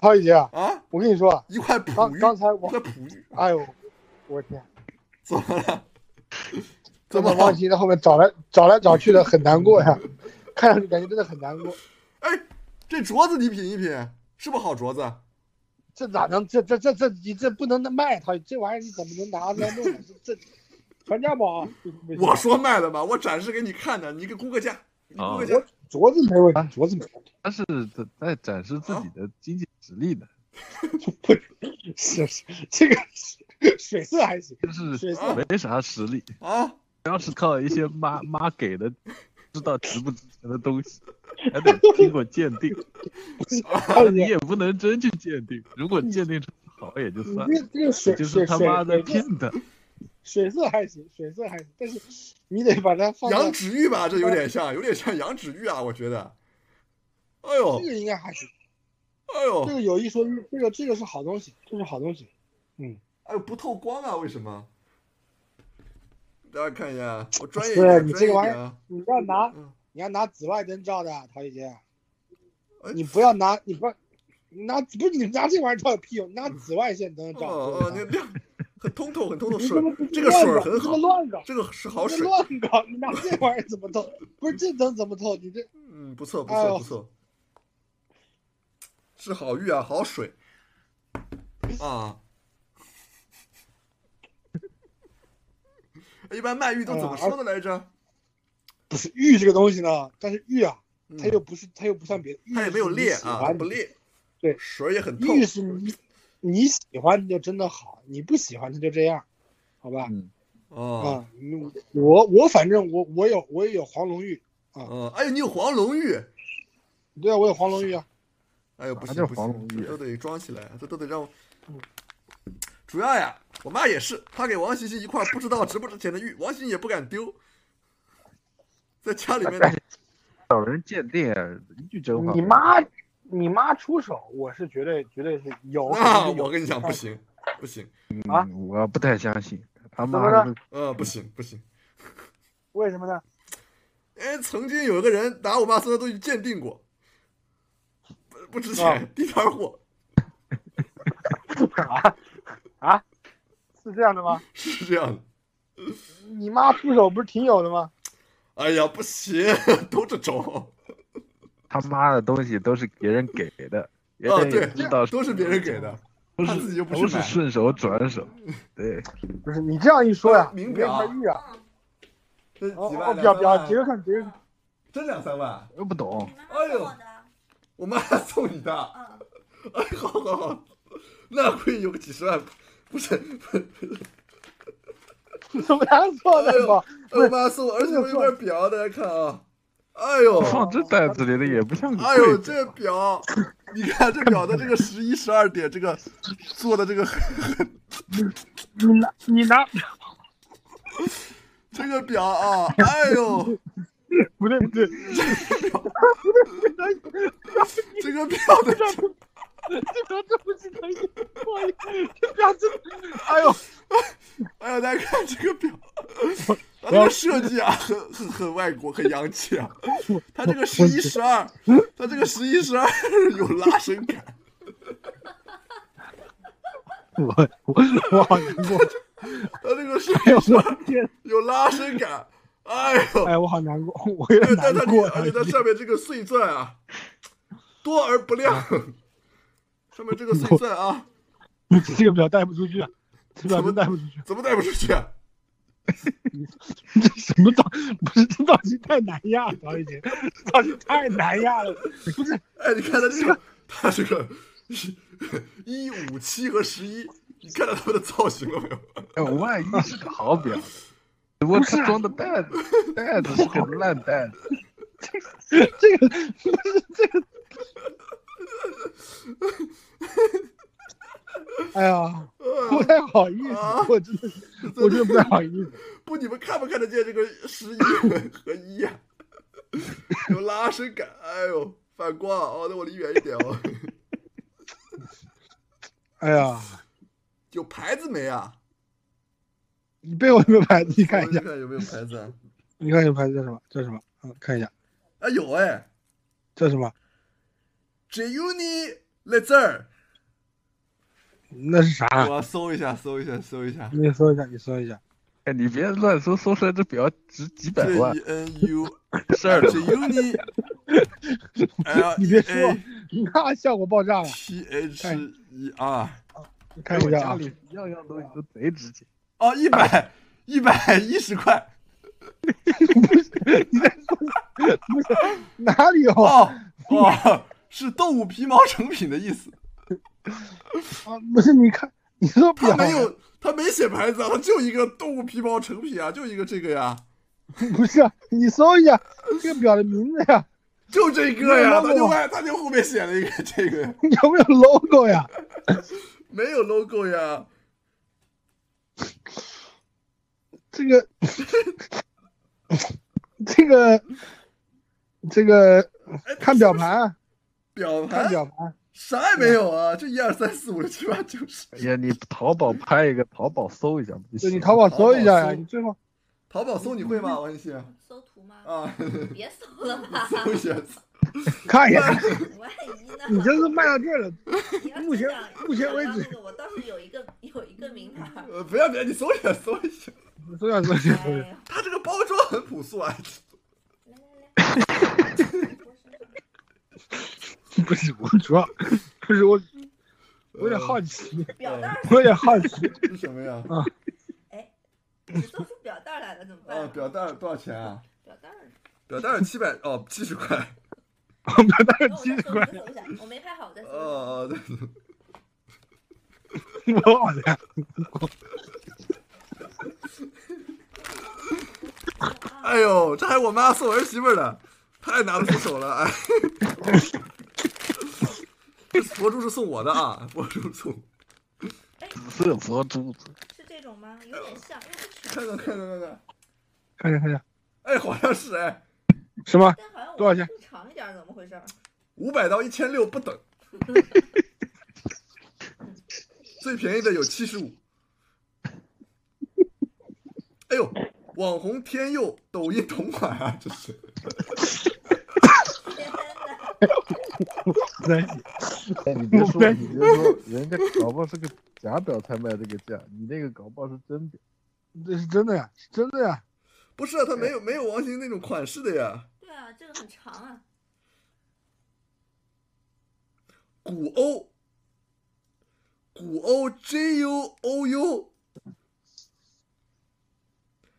Speaker 1: 涛姐啊，
Speaker 2: 啊！
Speaker 1: 我跟你说啊，
Speaker 2: 一块璞
Speaker 1: 刚
Speaker 2: 玉，
Speaker 1: 刚才
Speaker 2: 一
Speaker 1: 王，
Speaker 2: 块璞玉，
Speaker 1: 哎呦，我天，
Speaker 2: 怎么了？
Speaker 1: 真的
Speaker 2: 怎么嗯
Speaker 1: 王
Speaker 2: 了？
Speaker 1: 鑫在后面找来找来找去的，很难过呀。看上去感觉真的很难过，
Speaker 2: 哎，这镯子你品一品，是不是好镯子？啊
Speaker 1: 这咋能这这这这你这不能卖他，这玩意儿你怎么能拿出来 弄呢？这这传家宝啊，不行
Speaker 2: 我说卖的吧，我展示给你看的，你给估个价，你估个价。
Speaker 1: 镯子没问题，镯子没问题，
Speaker 3: 他是在在展示自
Speaker 2: 哦
Speaker 3: 己的经济实力的，
Speaker 1: 是是这个水色还 行，
Speaker 3: 就是
Speaker 1: 水色
Speaker 3: 没啥实力，
Speaker 2: 啊，
Speaker 3: 主要是靠一些妈妈给的，知道值不值钱的东西，还得经过鉴定。
Speaker 1: 涛
Speaker 3: 你
Speaker 1: 姐，
Speaker 3: 也不能真去鉴定，如果鉴定出好也就
Speaker 1: 你
Speaker 3: 算，
Speaker 1: 这这个水
Speaker 3: 就
Speaker 1: 水
Speaker 3: 是他妈的
Speaker 1: 水
Speaker 3: 骗的。
Speaker 1: 水色还行，水色还行，但是你得把它放
Speaker 2: 羊
Speaker 1: 到
Speaker 2: 脂玉吧，这有点像，有点像羊脂玉啊，我觉得。哎呦
Speaker 1: 这，个应该还行，
Speaker 2: 哎呦
Speaker 1: 这，个有一说一，这个这个是好东西，这是好东西。
Speaker 2: 哎呦，不透光啊，为什么？大家看一下，我专业一
Speaker 1: 是
Speaker 2: 点，
Speaker 1: 你
Speaker 2: 专
Speaker 1: 这个
Speaker 2: 业一
Speaker 1: 玩意
Speaker 2: 点
Speaker 1: 儿
Speaker 2: 啊。，
Speaker 1: 你要拿
Speaker 2: 嗯
Speaker 1: 你要拿紫外灯照的啊，陶姐姐，
Speaker 2: 哎
Speaker 1: 你不要拿，你不要你拿不是你拿这玩意儿照有屁用，你拿紫外线灯
Speaker 2: 哦
Speaker 1: 照。
Speaker 2: 哦，那亮，很通透，很通透，
Speaker 1: 你
Speaker 2: 水
Speaker 1: 这么不
Speaker 2: 这个水
Speaker 1: 乱
Speaker 2: 儿
Speaker 1: 搞
Speaker 2: 很
Speaker 1: 你这
Speaker 2: 好
Speaker 1: 么，乱搞，
Speaker 2: 这个是好
Speaker 1: 你这
Speaker 2: 水，
Speaker 1: 乱搞，你拿这玩意儿怎么透？不是这灯怎么透？你这
Speaker 2: 嗯，不错不
Speaker 1: 哎呦
Speaker 2: 错不错，是好玉啊，好水
Speaker 1: 哎
Speaker 2: 啊。 一般卖玉都怎
Speaker 1: 嗯
Speaker 2: 么说的来着？
Speaker 1: 不是玉这个东西呢？但是玉啊，它
Speaker 2: 嗯
Speaker 1: 又不是，它又不像别的，
Speaker 2: 它也没有裂啊，不
Speaker 1: 不
Speaker 2: 裂，
Speaker 1: 对
Speaker 2: 水也很透。
Speaker 1: 玉是你你喜欢就真的好，你不喜欢它就这样，好吧？
Speaker 3: 嗯，
Speaker 1: 啊，
Speaker 2: 哦，
Speaker 1: 你我我反正我我有我也有黄龙玉，
Speaker 2: 嗯，哎呦，你有黄龙玉，
Speaker 1: 对啊，我有黄龙玉啊，
Speaker 2: 哎呦，不
Speaker 3: 啥
Speaker 2: 行
Speaker 3: 叫
Speaker 2: 不
Speaker 3: 黄龙
Speaker 2: 行，
Speaker 3: 玉
Speaker 2: 这都得装起来，这都得让我。
Speaker 1: 嗯
Speaker 2: 主要呀，我妈也是，她给王欣欣一块不知道值不值钱的玉，王欣欣也不敢丢，在家里面
Speaker 3: 找人鉴定啊一句真话。
Speaker 1: 你妈，你妈出手，我是绝对绝对是 有。
Speaker 2: 那
Speaker 1: 肯定有
Speaker 2: 啊我跟你讲不行，不行，
Speaker 1: 啊
Speaker 3: 嗯我不太相信，他
Speaker 1: 怎么
Speaker 3: 妈
Speaker 1: 了
Speaker 3: 的
Speaker 2: 呃，不行不行。
Speaker 1: 为什么呢？
Speaker 2: 哎，曾经有一个人拿我妈所有东西鉴定过，不不值钱，地摊货，
Speaker 1: 啊啊，是这样的吗？
Speaker 2: 是这样的。
Speaker 1: 你妈出手不是挺有的吗？
Speaker 2: 哎呀，不行，都这
Speaker 1: 哦
Speaker 2: 种，
Speaker 3: 他妈的东西都是别人给的，别
Speaker 2: 哦
Speaker 3: 人
Speaker 2: 对
Speaker 3: 也知道，
Speaker 2: 都是别人给的，
Speaker 3: 都
Speaker 2: 他
Speaker 3: 是
Speaker 2: 自己又不
Speaker 3: 都
Speaker 2: 去
Speaker 3: 是
Speaker 2: 买。
Speaker 3: 顺手转手，对，
Speaker 1: 不是你这样一说呀，
Speaker 2: 名
Speaker 1: 没
Speaker 2: 表啊
Speaker 1: 法遇啊。
Speaker 4: 嗯
Speaker 2: 这
Speaker 1: 哦
Speaker 2: 几
Speaker 1: 哦，
Speaker 2: 万
Speaker 1: 表
Speaker 2: 两三
Speaker 1: 表，
Speaker 2: 万
Speaker 1: 几，个看，几个看。
Speaker 2: 真两三万，
Speaker 3: 又不懂
Speaker 4: 你，妈
Speaker 2: 哎
Speaker 4: 妈送我的，
Speaker 2: 我妈 送你的。
Speaker 4: 嗯，
Speaker 2: 哎，好好好，那估计有个几十万，不是，不是
Speaker 1: 怎么还错的吧？不
Speaker 2: 我
Speaker 1: 是
Speaker 2: 妈送我，而且我有块表，大家看啊，哎 呦，
Speaker 3: 放这袋子里的也不像个
Speaker 2: 哎呦，
Speaker 3: 柜子。
Speaker 2: 这表，你看这表的这个十一、十二点，这个做的这个
Speaker 1: 你拿你拿
Speaker 2: 这个表啊，哎呦，
Speaker 1: 不对不对，
Speaker 2: 这个表的
Speaker 1: 这表这不是可以，不好意思，这表这，哎呦，
Speaker 2: 哎呀，大家看这个表，它这个设计啊，很很很外国，很洋气啊。它这个十一十二，它这个十一十二有拉伸感。
Speaker 3: 我我我好难过，
Speaker 2: 它这个是
Speaker 1: 哎呦，我的天，
Speaker 2: 有拉伸感，哎呦，
Speaker 1: 哎，我好难过，我有点
Speaker 2: 但它
Speaker 1: 难
Speaker 2: 这
Speaker 1: 过啊
Speaker 2: 个，而且它上面这个碎钻啊，多而不亮，
Speaker 1: 啊
Speaker 2: 上面这个碎钻啊，
Speaker 1: 这个表带不出去，啊这表
Speaker 2: 怎么
Speaker 1: 真带不出去，
Speaker 2: 怎么带不出去啊？
Speaker 1: 这什么造？不是这造型太难压了，导演姐，这造型太难压了，不是
Speaker 2: 哎，你看它这个，它这个一五七和十一，你看到它们的造型了没有？
Speaker 3: 哎万一是个好表，只不啊过他装的袋子，袋子是个烂袋子。
Speaker 1: 这个，不是这个，哎呀，
Speaker 2: 呃
Speaker 1: 不太好意思，我真的，我啊 真的不太好意思。
Speaker 2: 不，你们看不看得见这个十一和一啊？ 有拉伸感，哎呦，反光啊！哦，那我离远一点哦。
Speaker 1: 哎呀，
Speaker 2: 有牌子没啊？
Speaker 1: 你背后有没有牌子？ 你看一下，
Speaker 2: 看有没有牌子啊？
Speaker 1: 你看有牌子叫什么？叫什么？嗯，看一下
Speaker 2: 啊，有哎
Speaker 1: 叫什么？
Speaker 2: ，Juni Lazer，
Speaker 1: 那是啥？啊
Speaker 2: 我要搜一下，搜一下，搜一 下
Speaker 1: 你搜一下，你搜一下。
Speaker 3: 哎，你别乱搜，搜出来这表值几百
Speaker 2: ，J
Speaker 3: 万
Speaker 2: E N U
Speaker 3: 事儿了。
Speaker 2: Juni，
Speaker 1: 你别说， 那效果爆 炸了。
Speaker 2: T H E R，
Speaker 1: 你
Speaker 3: 哎
Speaker 1: 看
Speaker 3: 我
Speaker 1: 一下
Speaker 3: 家
Speaker 1: 啊，
Speaker 3: 里样样东西都贼值钱。
Speaker 2: 哦，一百一百一十块
Speaker 1: 不是哪里有？啊
Speaker 2: 哦哦，是动物皮毛成品的意思。
Speaker 1: 啊不是，你看，你说表
Speaker 2: 他没有，他没写牌子啊，他就一个动物皮毛成品啊，就一个这个呀，
Speaker 1: 不是？啊你搜一下这个表的名字呀，
Speaker 2: 就这个呀，
Speaker 1: 没有 logo
Speaker 2: 他就外他就后面写了一个这个，
Speaker 1: 有没有 logo 呀？
Speaker 2: 没有 logo 呀。
Speaker 1: 这个，这个，这个，
Speaker 2: 哎
Speaker 1: 看表盘，啊
Speaker 2: 表
Speaker 1: 看
Speaker 2: 盘
Speaker 1: 表盘，啊
Speaker 2: 啥也没有啊，就一二三四五六七八九十。
Speaker 3: 哎呀，你淘宝拍一个，淘宝搜一下不就
Speaker 1: 对
Speaker 3: 行？
Speaker 1: 你淘宝搜一下呀，
Speaker 2: 淘宝搜
Speaker 1: 你最后
Speaker 2: 淘宝搜你会吗，王一鑫？
Speaker 4: 搜图吗？
Speaker 2: 啊，
Speaker 4: 别搜了 吧，
Speaker 2: 搜一下。
Speaker 1: 看一眼，
Speaker 4: 万一呢？
Speaker 1: 你真是卖到这儿了，
Speaker 4: 你要
Speaker 1: 目前
Speaker 4: 这样
Speaker 1: 目前为止，
Speaker 4: 你要这个我倒是有一个有一个名牌。
Speaker 2: 呃，不要不要，你搜一下搜一下。
Speaker 1: 搜一下搜一下 搜一下，
Speaker 4: 哎呀
Speaker 2: 它这个包装很朴素啊，
Speaker 4: 来来来，
Speaker 1: 不是我主要，不是我，我有点好奇，
Speaker 4: 表带儿
Speaker 1: 我有点好奇，
Speaker 2: 是什么呀？
Speaker 4: 哎，只做出表带儿来了怎么办？
Speaker 2: 啊，表带儿多少钱啊？
Speaker 4: 表带儿，
Speaker 2: 表带七百哦，七十块。
Speaker 1: 我们当
Speaker 4: 那
Speaker 1: 时
Speaker 4: 我
Speaker 1: 七
Speaker 4: 再
Speaker 1: 十
Speaker 4: 搜我
Speaker 1: 块，
Speaker 4: 再搜一下，我没拍好，我再搜
Speaker 2: 哦
Speaker 4: 一下。
Speaker 2: 哦，对
Speaker 1: 我好的，
Speaker 2: 哎呦，这还我妈送儿媳妇儿的，太拿不出手了。哎，这佛珠是送我的啊， 佛珠送。
Speaker 4: 哎，
Speaker 3: 紫色佛珠子，
Speaker 4: 是这种吗？有点像，有
Speaker 2: 看看
Speaker 4: 点像，
Speaker 2: 看看看看，
Speaker 1: 看一下看一下，
Speaker 2: 哎，好像是哎，
Speaker 1: 什么？
Speaker 4: 但好像
Speaker 1: 多少钱
Speaker 4: 我更长一点儿，怎么回事儿？
Speaker 2: 五百到一千六不 等。最便宜的有七十五。哎呦，网红天佑，抖音同款啊，这是。
Speaker 4: 天哪！
Speaker 1: 在一起，
Speaker 3: 哎， 你别
Speaker 1: 我
Speaker 3: 说，
Speaker 1: 们
Speaker 3: 你别 说，人家搞不好是个假表才卖这个价，你那个搞不好是真表。
Speaker 1: 这是真的呀，是真的呀，
Speaker 2: 不是啊，它没有没有王兴那种款式的呀。
Speaker 4: 对啊，这个很长啊，
Speaker 2: 古欧，古欧 J U O U，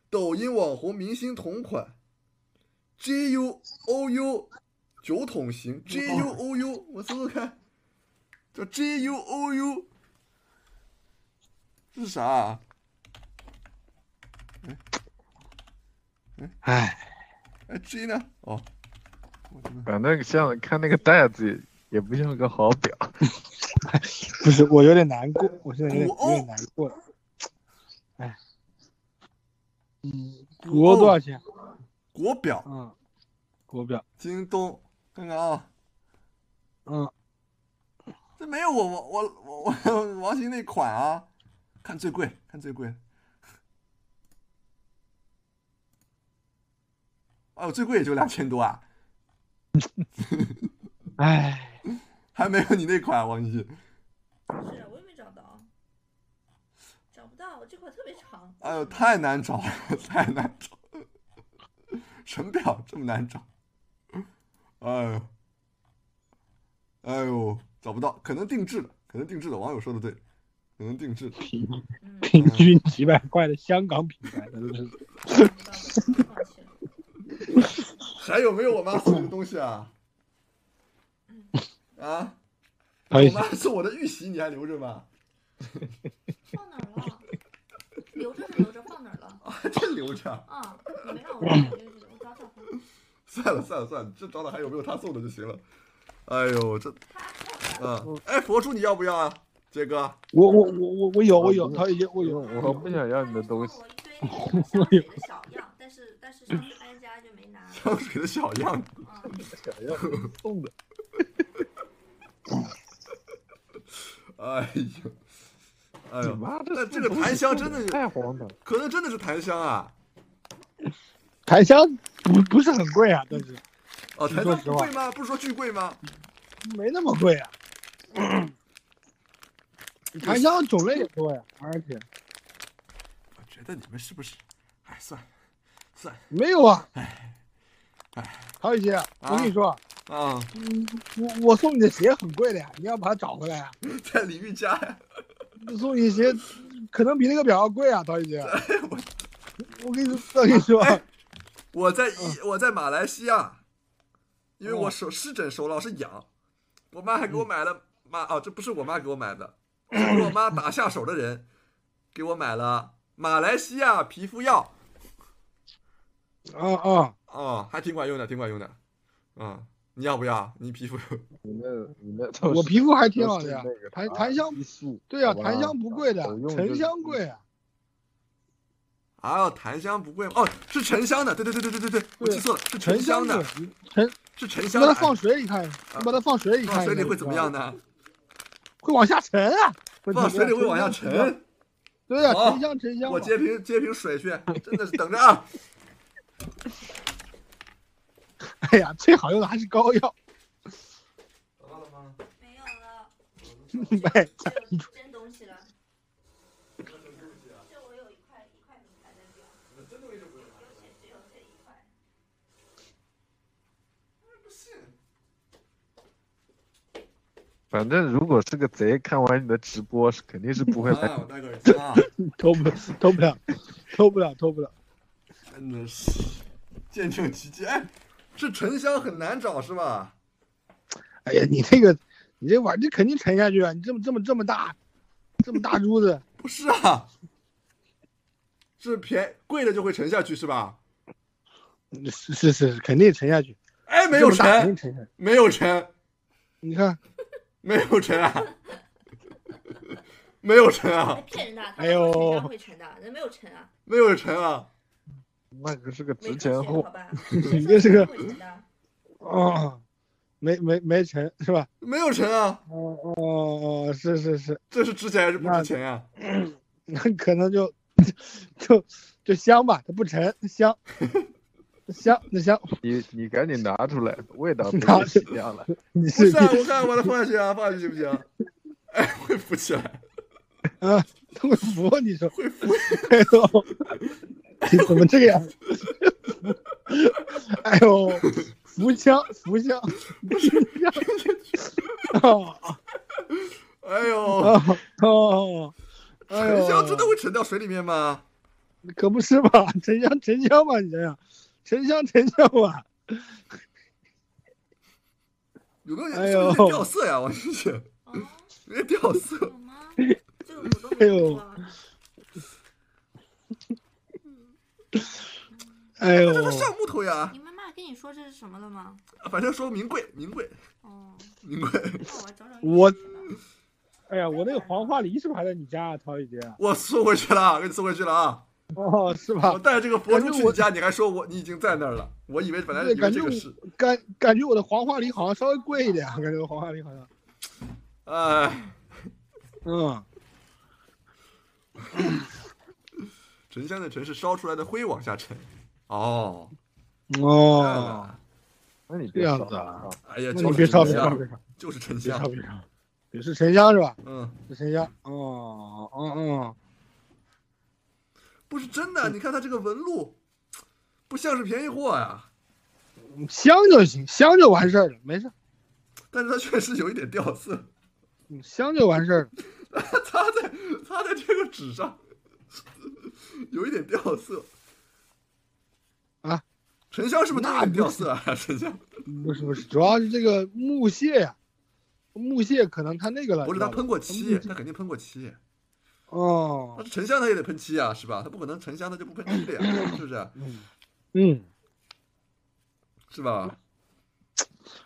Speaker 2: 抖音网红明星同款，J U O U，酒桶型 J U O U，我搜搜看，叫 J U O U，这是啥、啊？
Speaker 1: 哎，
Speaker 2: 哎，J 呢？哦，我真的
Speaker 3: 反正像看那个袋子也也不像个好表。
Speaker 1: 不是，我有点难过，我现在有点有
Speaker 2: 古欧
Speaker 1: 点难过了，哎，嗯，古欧多少钱？
Speaker 2: 国表，
Speaker 1: 嗯，国表，
Speaker 2: 京东，看看啊。
Speaker 1: 嗯，
Speaker 2: 这没有我我我我我王鑫那款啊，看最贵，看最贵。哦，最贵也就两千多啊，
Speaker 1: 哎，
Speaker 2: 还没有你那款王鑫。
Speaker 4: 是我也没找到，找不到，我这块特别长。
Speaker 2: 哎呦，太难找了， 太难找了，什么表这么难找？哎呦，哎呦，找不到，可能定制的，可能定制的。网友说的对，可能定制的。
Speaker 4: 嗯，
Speaker 1: 平均几百块的香港品牌的都是。
Speaker 4: 找不到，放弃了。
Speaker 2: 还有没有我妈送你的东西 啊？啊？
Speaker 1: 哎
Speaker 2: 我妈送我的玉玺，你还留着吗？
Speaker 4: 放哪儿了？留着是留着，放哪儿了？
Speaker 2: 啊，还真留着。
Speaker 4: 啊，你没让我看，我就我找找看。
Speaker 2: 算了算了算了，这找找还有没有他送的就行了。哎呦，这，
Speaker 4: 他放哪儿了？
Speaker 2: 嗯，哎，佛珠你要不要啊，杰哥？
Speaker 1: 我我我我我有我有，
Speaker 3: 不是
Speaker 1: 陶姐姐我
Speaker 3: 我
Speaker 1: 有，
Speaker 3: 我不想要你的东西
Speaker 4: 他，就送我一堆那个香水的小样，但是但是上次搬家就没拿。
Speaker 2: 香水的小样，
Speaker 4: 啊，
Speaker 3: 想要送的。
Speaker 2: 哎呦，哎
Speaker 3: 你
Speaker 2: 呦，
Speaker 3: 妈
Speaker 2: 那
Speaker 3: 这
Speaker 2: 这个檀香真的
Speaker 3: 太荒唐，
Speaker 2: 可能真的是檀香啊！
Speaker 1: 檀香不不是很贵啊，但是
Speaker 2: 哦，檀
Speaker 1: 说
Speaker 2: 香
Speaker 1: 实
Speaker 2: 不
Speaker 1: 话
Speaker 2: 贵吗？不是说巨贵吗？
Speaker 1: 没那么贵啊。檀香种类也多呀，而且
Speaker 2: 我觉得你们是不是？哎，算了算了
Speaker 1: 没有啊。陶雨姐，
Speaker 2: 啊
Speaker 1: 我跟你说，
Speaker 2: 啊、
Speaker 1: 嗯，我我送你的鞋很贵的呀，你要把它找回来啊。
Speaker 2: 在李玉家呀，
Speaker 1: 送你鞋可能比那个表要贵啊，陶雨 姐。我跟你说，我跟你说，
Speaker 2: 哎我在一我在马来西亚，因为我手湿疹手老是痒，我妈还给我买了妈哦，这不是我妈给我买 的，是给我妈打下手的人给我买了马来西亚皮肤药
Speaker 1: 啊啊，
Speaker 2: 哦，还挺管用的，挺管用的。嗯，你要不要？你皮肤
Speaker 3: 你那你 那都
Speaker 1: 我
Speaker 3: 是
Speaker 1: 皮肤还挺
Speaker 3: 都
Speaker 1: 好
Speaker 3: 是
Speaker 1: 的呀
Speaker 3: 那。个
Speaker 1: 檀
Speaker 3: 啥
Speaker 1: 檀香
Speaker 3: 激素，
Speaker 1: 对呀、
Speaker 3: 好吧
Speaker 1: 檀香不贵的
Speaker 3: 有，用就嗯
Speaker 1: 沉
Speaker 3: 是
Speaker 1: 香贵啊。
Speaker 2: 啊，哦檀香不贵吗哦，是沉香的，对对对对对对对，我记错了，是沉香的
Speaker 1: 沉，沉，
Speaker 2: 是沉
Speaker 1: 你
Speaker 2: 香
Speaker 1: 把
Speaker 2: 的
Speaker 1: 它，放水里看，你把它放水里
Speaker 2: 哎
Speaker 1: 看，
Speaker 2: 放水里会怎么样？呢？
Speaker 1: 会往下沉啊！
Speaker 2: 放水里会往下
Speaker 1: 沉香。
Speaker 2: 沉。啊
Speaker 1: 对呀、
Speaker 2: 好
Speaker 1: 沉香沉香嘛。
Speaker 2: 哦我接瓶接瓶水 去，真的是等着啊！
Speaker 1: 哎呀，最好用的还是膏药。
Speaker 4: 没有 了，
Speaker 1: 哎，
Speaker 4: 这有真东西了。这我有一块一块名牌的表，而且只有这一块。
Speaker 3: 反正如果是个贼，看完你的直播是肯定是不会来
Speaker 2: 哎，我戴个耳机啊，
Speaker 1: 偷不偷不了，偷不了，偷不了。
Speaker 2: 真的是见证奇迹。哎，是沉香很难找是吧？
Speaker 1: 哎呀，你这个，你这玩意儿这肯定沉下去啊！你这么这么这么大，这么大珠子，
Speaker 2: 不是啊，是便贵的就会沉下去是吧？
Speaker 1: 是是是，肯定沉下去。
Speaker 2: 哎，没有
Speaker 1: 这么大肯定，
Speaker 2: 沉
Speaker 1: 沉下去。
Speaker 2: 没有沉，
Speaker 1: 你看，
Speaker 2: 没有沉啊，没有沉
Speaker 4: 还
Speaker 2: 啊，
Speaker 4: 骗人的啊，他
Speaker 1: 哎
Speaker 4: 们说
Speaker 1: 呦
Speaker 4: 沉香会沉的，人没有沉啊，
Speaker 2: 没有沉啊。
Speaker 3: 那可是个值
Speaker 4: 没科学
Speaker 3: 钱货
Speaker 4: 好。 吧？
Speaker 1: 你这是个
Speaker 4: 谁说会沉的？
Speaker 1: 哦，没没没沉是吧？
Speaker 2: 没有沉啊，
Speaker 1: 哦哦哦，是是是，
Speaker 2: 这是值钱还是不值钱啊呀、
Speaker 1: 那可能就就就香吧，它不沉， 香香那香，
Speaker 3: 你你赶紧拿出来，味道被
Speaker 1: 拿
Speaker 3: 你洗掉了。
Speaker 1: 你
Speaker 2: 不
Speaker 1: 是
Speaker 2: 是啊，我看我把它放下去啊，放下去行不行？哎，会浮起来，
Speaker 1: 啊，它 会浮，你说会浮？哎呦，你怎么这个样？哎呦，浮香浮香，哦
Speaker 2: 哎呦，
Speaker 1: 哦哦，哎
Speaker 2: 沉香真的
Speaker 1: 呦，
Speaker 2: 会沉到水里面吗？
Speaker 1: 可不是吧？沉香沉香吧，你想想，沉香沉香吧，
Speaker 2: 有没有
Speaker 1: 哎
Speaker 2: 人
Speaker 1: 呦
Speaker 2: 有点掉色呀？我 是去，
Speaker 4: 哦，
Speaker 2: 有点掉色
Speaker 4: 有。吗？这个我都
Speaker 3: 哎
Speaker 4: 没有过啊。嗯
Speaker 1: 哎呦
Speaker 2: 这，它像木头呀
Speaker 4: 你，妈妈跟你说这是什么了吗？
Speaker 2: 反正说名贵，名贵，
Speaker 4: 哦，
Speaker 2: 名贵。
Speaker 4: 那我找找钥匙
Speaker 1: 我
Speaker 4: 吧。
Speaker 1: 哎呀，我那个黄花梨是不是还在你家啊，陶雨洁？
Speaker 2: 我送回去了，给你送回去了啊！
Speaker 1: 哦，是吧
Speaker 2: 我？带着这个佛珠
Speaker 1: 感
Speaker 2: 去
Speaker 1: 觉我
Speaker 2: 你家，你还说我你已经在那儿了，我以为本来
Speaker 1: 对
Speaker 2: 以为
Speaker 1: 感
Speaker 2: 这
Speaker 1: 觉
Speaker 2: 个
Speaker 1: 我
Speaker 2: 是，
Speaker 1: 感感觉我的黄花梨好像稍微贵一点，啊感觉我黄花梨好像，
Speaker 2: 哎，
Speaker 1: 嗯，
Speaker 2: 沉香的沉是烧出来的灰往下沉。哦，
Speaker 1: 哦，
Speaker 3: 那你
Speaker 1: 这
Speaker 3: 别
Speaker 1: 样
Speaker 3: 烧
Speaker 1: 子啊
Speaker 3: 了，
Speaker 2: 哎呀，
Speaker 1: 那
Speaker 2: 就
Speaker 1: 你
Speaker 2: 是
Speaker 1: 别烧，
Speaker 2: 沉
Speaker 1: 别烧，
Speaker 2: 香，
Speaker 1: 别烧，
Speaker 2: 就是沉
Speaker 1: 别烧，
Speaker 2: 香。
Speaker 1: 别烧，也是沉香是吧？
Speaker 2: 嗯，
Speaker 1: 是沉香，哦，嗯嗯，
Speaker 2: 不是真的，啊你看它这个纹路，不像是便宜货呀，
Speaker 1: 嗯香就行，香就完事儿了，没事儿，
Speaker 2: 但是它确实有一点掉色，
Speaker 1: 嗯香就完事儿了，
Speaker 2: 擦在擦在这个纸上，有一点掉色。
Speaker 1: 啊，
Speaker 2: 沉香是不是都有
Speaker 1: 那
Speaker 2: 点
Speaker 1: 不
Speaker 2: 掉
Speaker 1: 是
Speaker 2: 色啊？ 沉香。
Speaker 1: 不是不是，主要是这个木屑呀，木屑可能它那个了，
Speaker 2: 不是
Speaker 1: 知
Speaker 2: 他
Speaker 1: 道吧
Speaker 2: 喷过漆，
Speaker 1: 嗯
Speaker 2: 他肯定喷过漆。
Speaker 1: 哦
Speaker 2: 那，沉香他也得喷漆啊，是吧？他不可能沉香他就不喷漆的呀，是不是？
Speaker 1: 嗯，
Speaker 2: 是吧？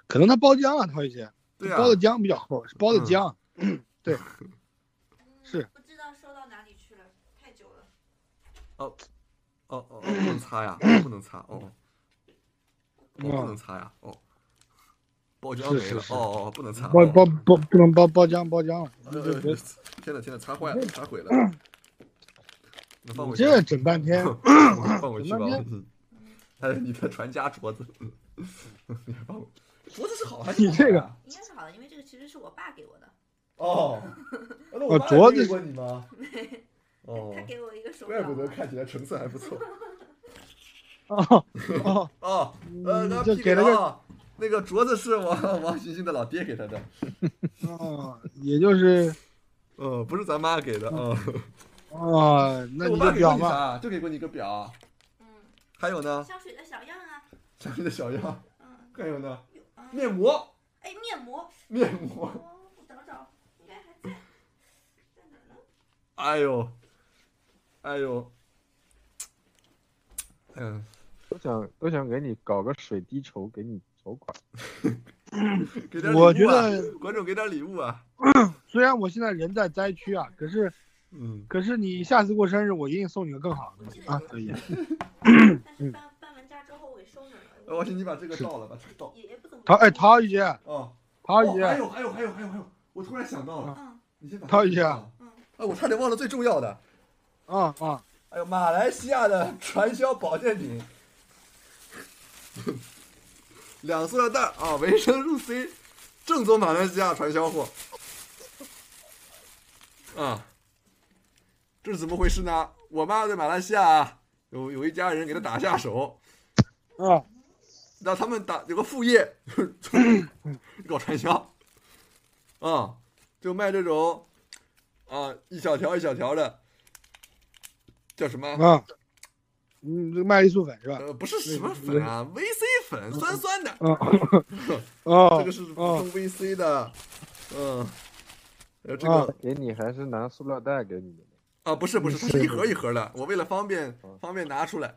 Speaker 1: 可能它包浆了，陶雨洁，
Speaker 2: 对啊呀、
Speaker 1: 包的浆比较厚，是包的
Speaker 2: 嗯
Speaker 1: 浆，对，是
Speaker 4: 不知道收到哪里去了，太久了。
Speaker 2: 哦哦，哦不能擦呀，不能擦哦，哦不
Speaker 1: 嗯
Speaker 2: 能。擦呀，哦，包浆没了
Speaker 1: 是是是
Speaker 2: 哦哦，不能擦。
Speaker 1: 包
Speaker 2: 哦
Speaker 1: 包包不能包包浆包浆了，
Speaker 2: 呃
Speaker 1: 你就别
Speaker 2: 天呐天呐，擦坏 了，擦毁了。能放
Speaker 1: 你
Speaker 2: 回去
Speaker 1: 这
Speaker 2: 吗？
Speaker 1: 整半天
Speaker 2: 放回去吧。嗯还有你的传家镯 子，你还放回镯子是好还是
Speaker 1: 你这个
Speaker 2: 坏啊
Speaker 4: 应该是好的，因为这个其实是我爸给我的，
Speaker 2: 哦？那
Speaker 1: 哦
Speaker 2: 我爸
Speaker 1: 镯
Speaker 2: 也
Speaker 1: 子
Speaker 2: 给过你吗？哦
Speaker 4: 他，给我一个手表
Speaker 2: 怪
Speaker 4: 嘛，
Speaker 2: 不得看起来成色还不错。
Speaker 1: 哦哦，
Speaker 2: 哦，呃，
Speaker 1: 嗯
Speaker 2: 刚
Speaker 1: 就
Speaker 2: 刚 P
Speaker 1: 给了个
Speaker 2: 啊，那个镯子是王王星星的老爹给他的，
Speaker 1: 哦，也就是
Speaker 2: 呃，不是咱妈给的啊。
Speaker 1: 哦，嗯那你
Speaker 2: 我妈
Speaker 1: 就
Speaker 2: 给过
Speaker 1: 表
Speaker 2: 你
Speaker 1: 吧，
Speaker 2: 啥？就给过你一个表。啊
Speaker 4: 嗯，
Speaker 2: 还有呢，
Speaker 4: 香水的小样啊，
Speaker 2: 咱们的小样。
Speaker 4: 嗯，
Speaker 2: 还有呢，
Speaker 4: 有啊，
Speaker 2: 面膜，
Speaker 4: 哎，面膜，
Speaker 2: 面膜。
Speaker 4: 哦，我找找，应该还在，在哪儿呢？
Speaker 2: 哎呦，哎呦，嗯，
Speaker 3: 都想都想给你搞个水滴筹，给你筹款。
Speaker 2: 给点礼物啊！
Speaker 1: 我觉得
Speaker 2: 观众给点礼物啊！
Speaker 1: 虽然我现在人在灾区啊，可是
Speaker 2: 嗯，
Speaker 1: 可是你下次过生日，我一定送你个更好的东西啊，可以。
Speaker 4: 但是搬搬完家之后我给收那儿
Speaker 2: 呃王鑫，
Speaker 4: 了，
Speaker 2: 你把这个倒了，把这个倒。
Speaker 4: 也也不怎么。
Speaker 1: 陶哎，陶宇姐，
Speaker 2: 哦，
Speaker 1: 陶宇
Speaker 2: 哦还
Speaker 1: 姐，
Speaker 2: 有还有还有还有还有，我突然想到了，
Speaker 4: 嗯
Speaker 2: 你先把
Speaker 1: 掏
Speaker 2: 这
Speaker 1: 一
Speaker 2: 个
Speaker 1: 下
Speaker 2: 倒了
Speaker 4: 嗯
Speaker 2: 哎，我差点忘了最重要的。
Speaker 1: 啊啊，
Speaker 2: 哎呦，马来西亚的传销保健品， 两塑料袋儿啊，维生素 C，正宗马来西亚传销货。啊，这是怎么回事呢？我妈在马来西亚啊有有一家人给她打下手，
Speaker 1: 啊，
Speaker 2: 让他们打有个副业，搞传销，啊，就卖这种啊一小条一小条的，叫什么？
Speaker 1: 啊，嗯，这个麦丽素粉是吧？
Speaker 2: 呃，不是什么粉啊，VC 粉，酸酸的，
Speaker 1: 啊，哦，
Speaker 2: 这个是补
Speaker 1: 哦
Speaker 2: 充 VC 的，嗯，呃，这
Speaker 1: 啊
Speaker 2: 个
Speaker 3: 给你还是拿塑料袋给你的，
Speaker 2: 啊，不是不是，它是一盒一盒的，我为了方便
Speaker 1: 哦
Speaker 3: 嗯
Speaker 2: 方便拿出来，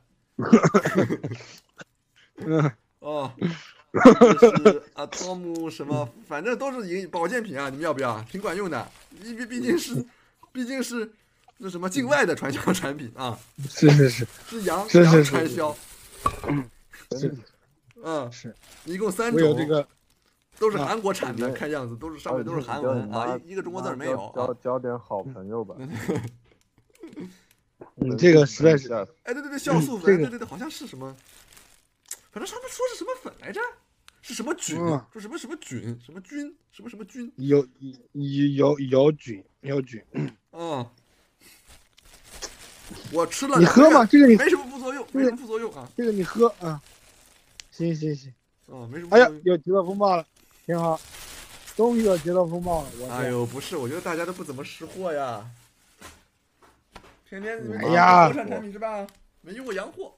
Speaker 1: 嗯，
Speaker 2: 哦，这是啊，多姆什么，反正都是营保健品啊，你们要不要？挺管用的，毕毕毕 竟是毕竟是那什么境外的传销产品啊，
Speaker 1: 是是 是
Speaker 2: 是洋
Speaker 1: 是是
Speaker 2: 洋
Speaker 1: 是
Speaker 2: 传
Speaker 1: 是
Speaker 2: 销，
Speaker 1: 是
Speaker 2: 嗯，
Speaker 1: 是，
Speaker 2: 一共三
Speaker 1: 我有
Speaker 2: 种，
Speaker 1: 这个，
Speaker 2: 都是韩国产的，
Speaker 3: 啊
Speaker 2: 看样子都是上面都是韩文啊，一一个中国字儿没有啊
Speaker 3: 交。交交点好朋友吧。
Speaker 1: 嗯，这个实在是，
Speaker 3: 是
Speaker 2: 哎，对对对，酵素粉，
Speaker 1: 这个
Speaker 2: 对对对，好像是什么，反正他们说是什么粉来着，是什么菌，
Speaker 1: 嗯
Speaker 2: 说什么什么菌，什么菌，什么什么菌，
Speaker 1: 有有有有菌有菌，
Speaker 2: 啊、我吃了，
Speaker 1: 你喝吗？？这个你
Speaker 2: 没什么副作用，没什么副作用啊，
Speaker 1: 这个你喝啊，行行行，
Speaker 2: 啊，没什么
Speaker 1: 哎
Speaker 2: 副
Speaker 1: 呀
Speaker 2: 作用。，
Speaker 1: 有极乐风暴了，挺好，终于有极乐风暴了，我
Speaker 2: 哎
Speaker 1: 天，
Speaker 2: 呦，不是，我觉得大家都不怎么识货呀，天天你们
Speaker 3: 哎
Speaker 2: 搞
Speaker 1: 呀
Speaker 2: 国产产品是吧？没用过洋货，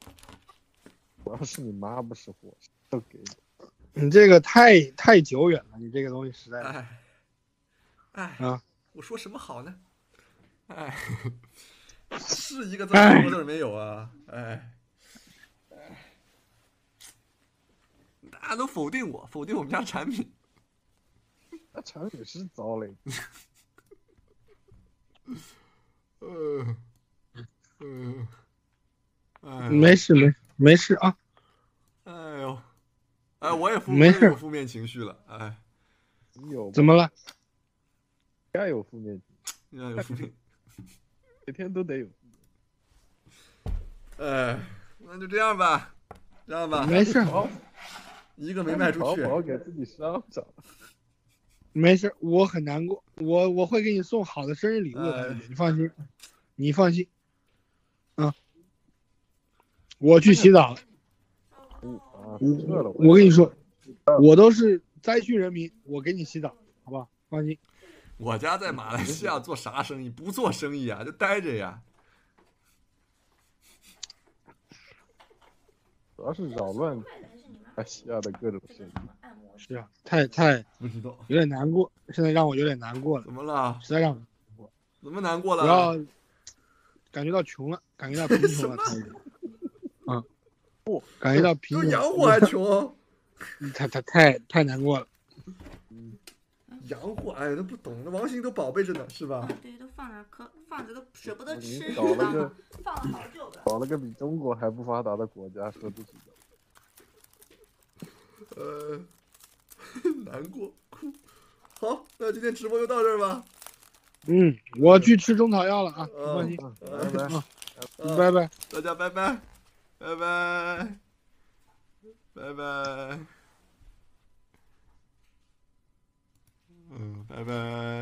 Speaker 3: 主要是你妈不识货，都给你。
Speaker 1: 你这个太太久远了，你这个东西实在是，
Speaker 2: 哎，哎，
Speaker 1: 啊
Speaker 2: 我说什么好呢？哎，是一个字
Speaker 1: 哎
Speaker 2: 儿，中国字儿没有啊！哎，哎大家都否定我，否定我们家产品。
Speaker 3: 那产品是糟嘞，
Speaker 2: 呃，嗯，哎呦，
Speaker 1: 呃没事没事没事啊，
Speaker 2: 哎呦，哎，我也负，
Speaker 1: 没事
Speaker 2: 我也有负面情绪了。哎，
Speaker 3: 你有
Speaker 1: 怎么了？
Speaker 3: 该有负面，
Speaker 2: 你要有负面，
Speaker 3: 每天都得有。
Speaker 2: 哎，那就这样吧，这样吧，
Speaker 1: 没事
Speaker 3: 好，
Speaker 2: 一个没卖出
Speaker 3: 淘
Speaker 2: 去，
Speaker 3: 宝给自己伤着。
Speaker 1: 没事，我很难过，我我会给你送好的生日礼物的，
Speaker 2: 哎
Speaker 1: 你放心，你放心，啊，我去洗澡了，
Speaker 3: 嗯啊，饿了
Speaker 1: 我，我跟你说，我都是灾区人民，我给你洗澡，好吧，放心，
Speaker 2: 我家在马来西亚做啥生意？不做生意啊，就待着呀。
Speaker 3: 主要是扰乱哎
Speaker 4: 快的还是你妈
Speaker 3: 马来西亚的各种
Speaker 4: 这
Speaker 3: 事
Speaker 4: 个
Speaker 3: 情。
Speaker 4: 什么按摩
Speaker 1: 是啊，太太
Speaker 2: 不知道
Speaker 1: 有点难过，现在让我有点难过了，
Speaker 2: 怎么了？
Speaker 1: 实在让我
Speaker 2: 怎么难过
Speaker 1: 不
Speaker 2: 了
Speaker 1: 要？感觉到穷了，感觉到贫 穷了，太远啊，不，感觉到贫
Speaker 2: 就
Speaker 1: 穷
Speaker 2: 洋货还
Speaker 1: 了， 嗯
Speaker 2: 穷，
Speaker 1: 太太太太难过了，
Speaker 2: 洋货哎都不懂，那王鑫都宝贝着呢，是吧
Speaker 4: 啊？，对，都放那儿可放着都舍不得吃，
Speaker 3: 你
Speaker 4: 你知
Speaker 3: 搞了
Speaker 4: 道
Speaker 3: 个
Speaker 4: 吗？放了好久了。
Speaker 3: 搞了个比中国还不发达的国家，说自己的
Speaker 2: 呃，难过哭。好，那今天直播就到这儿吧。
Speaker 1: 嗯，我去吃中草药了啊，你
Speaker 2: 嗯
Speaker 1: 放心，
Speaker 3: 嗯拜拜。
Speaker 2: 嗯
Speaker 1: 拜拜。
Speaker 2: 大家拜拜，拜拜，拜拜，嗯，拜拜。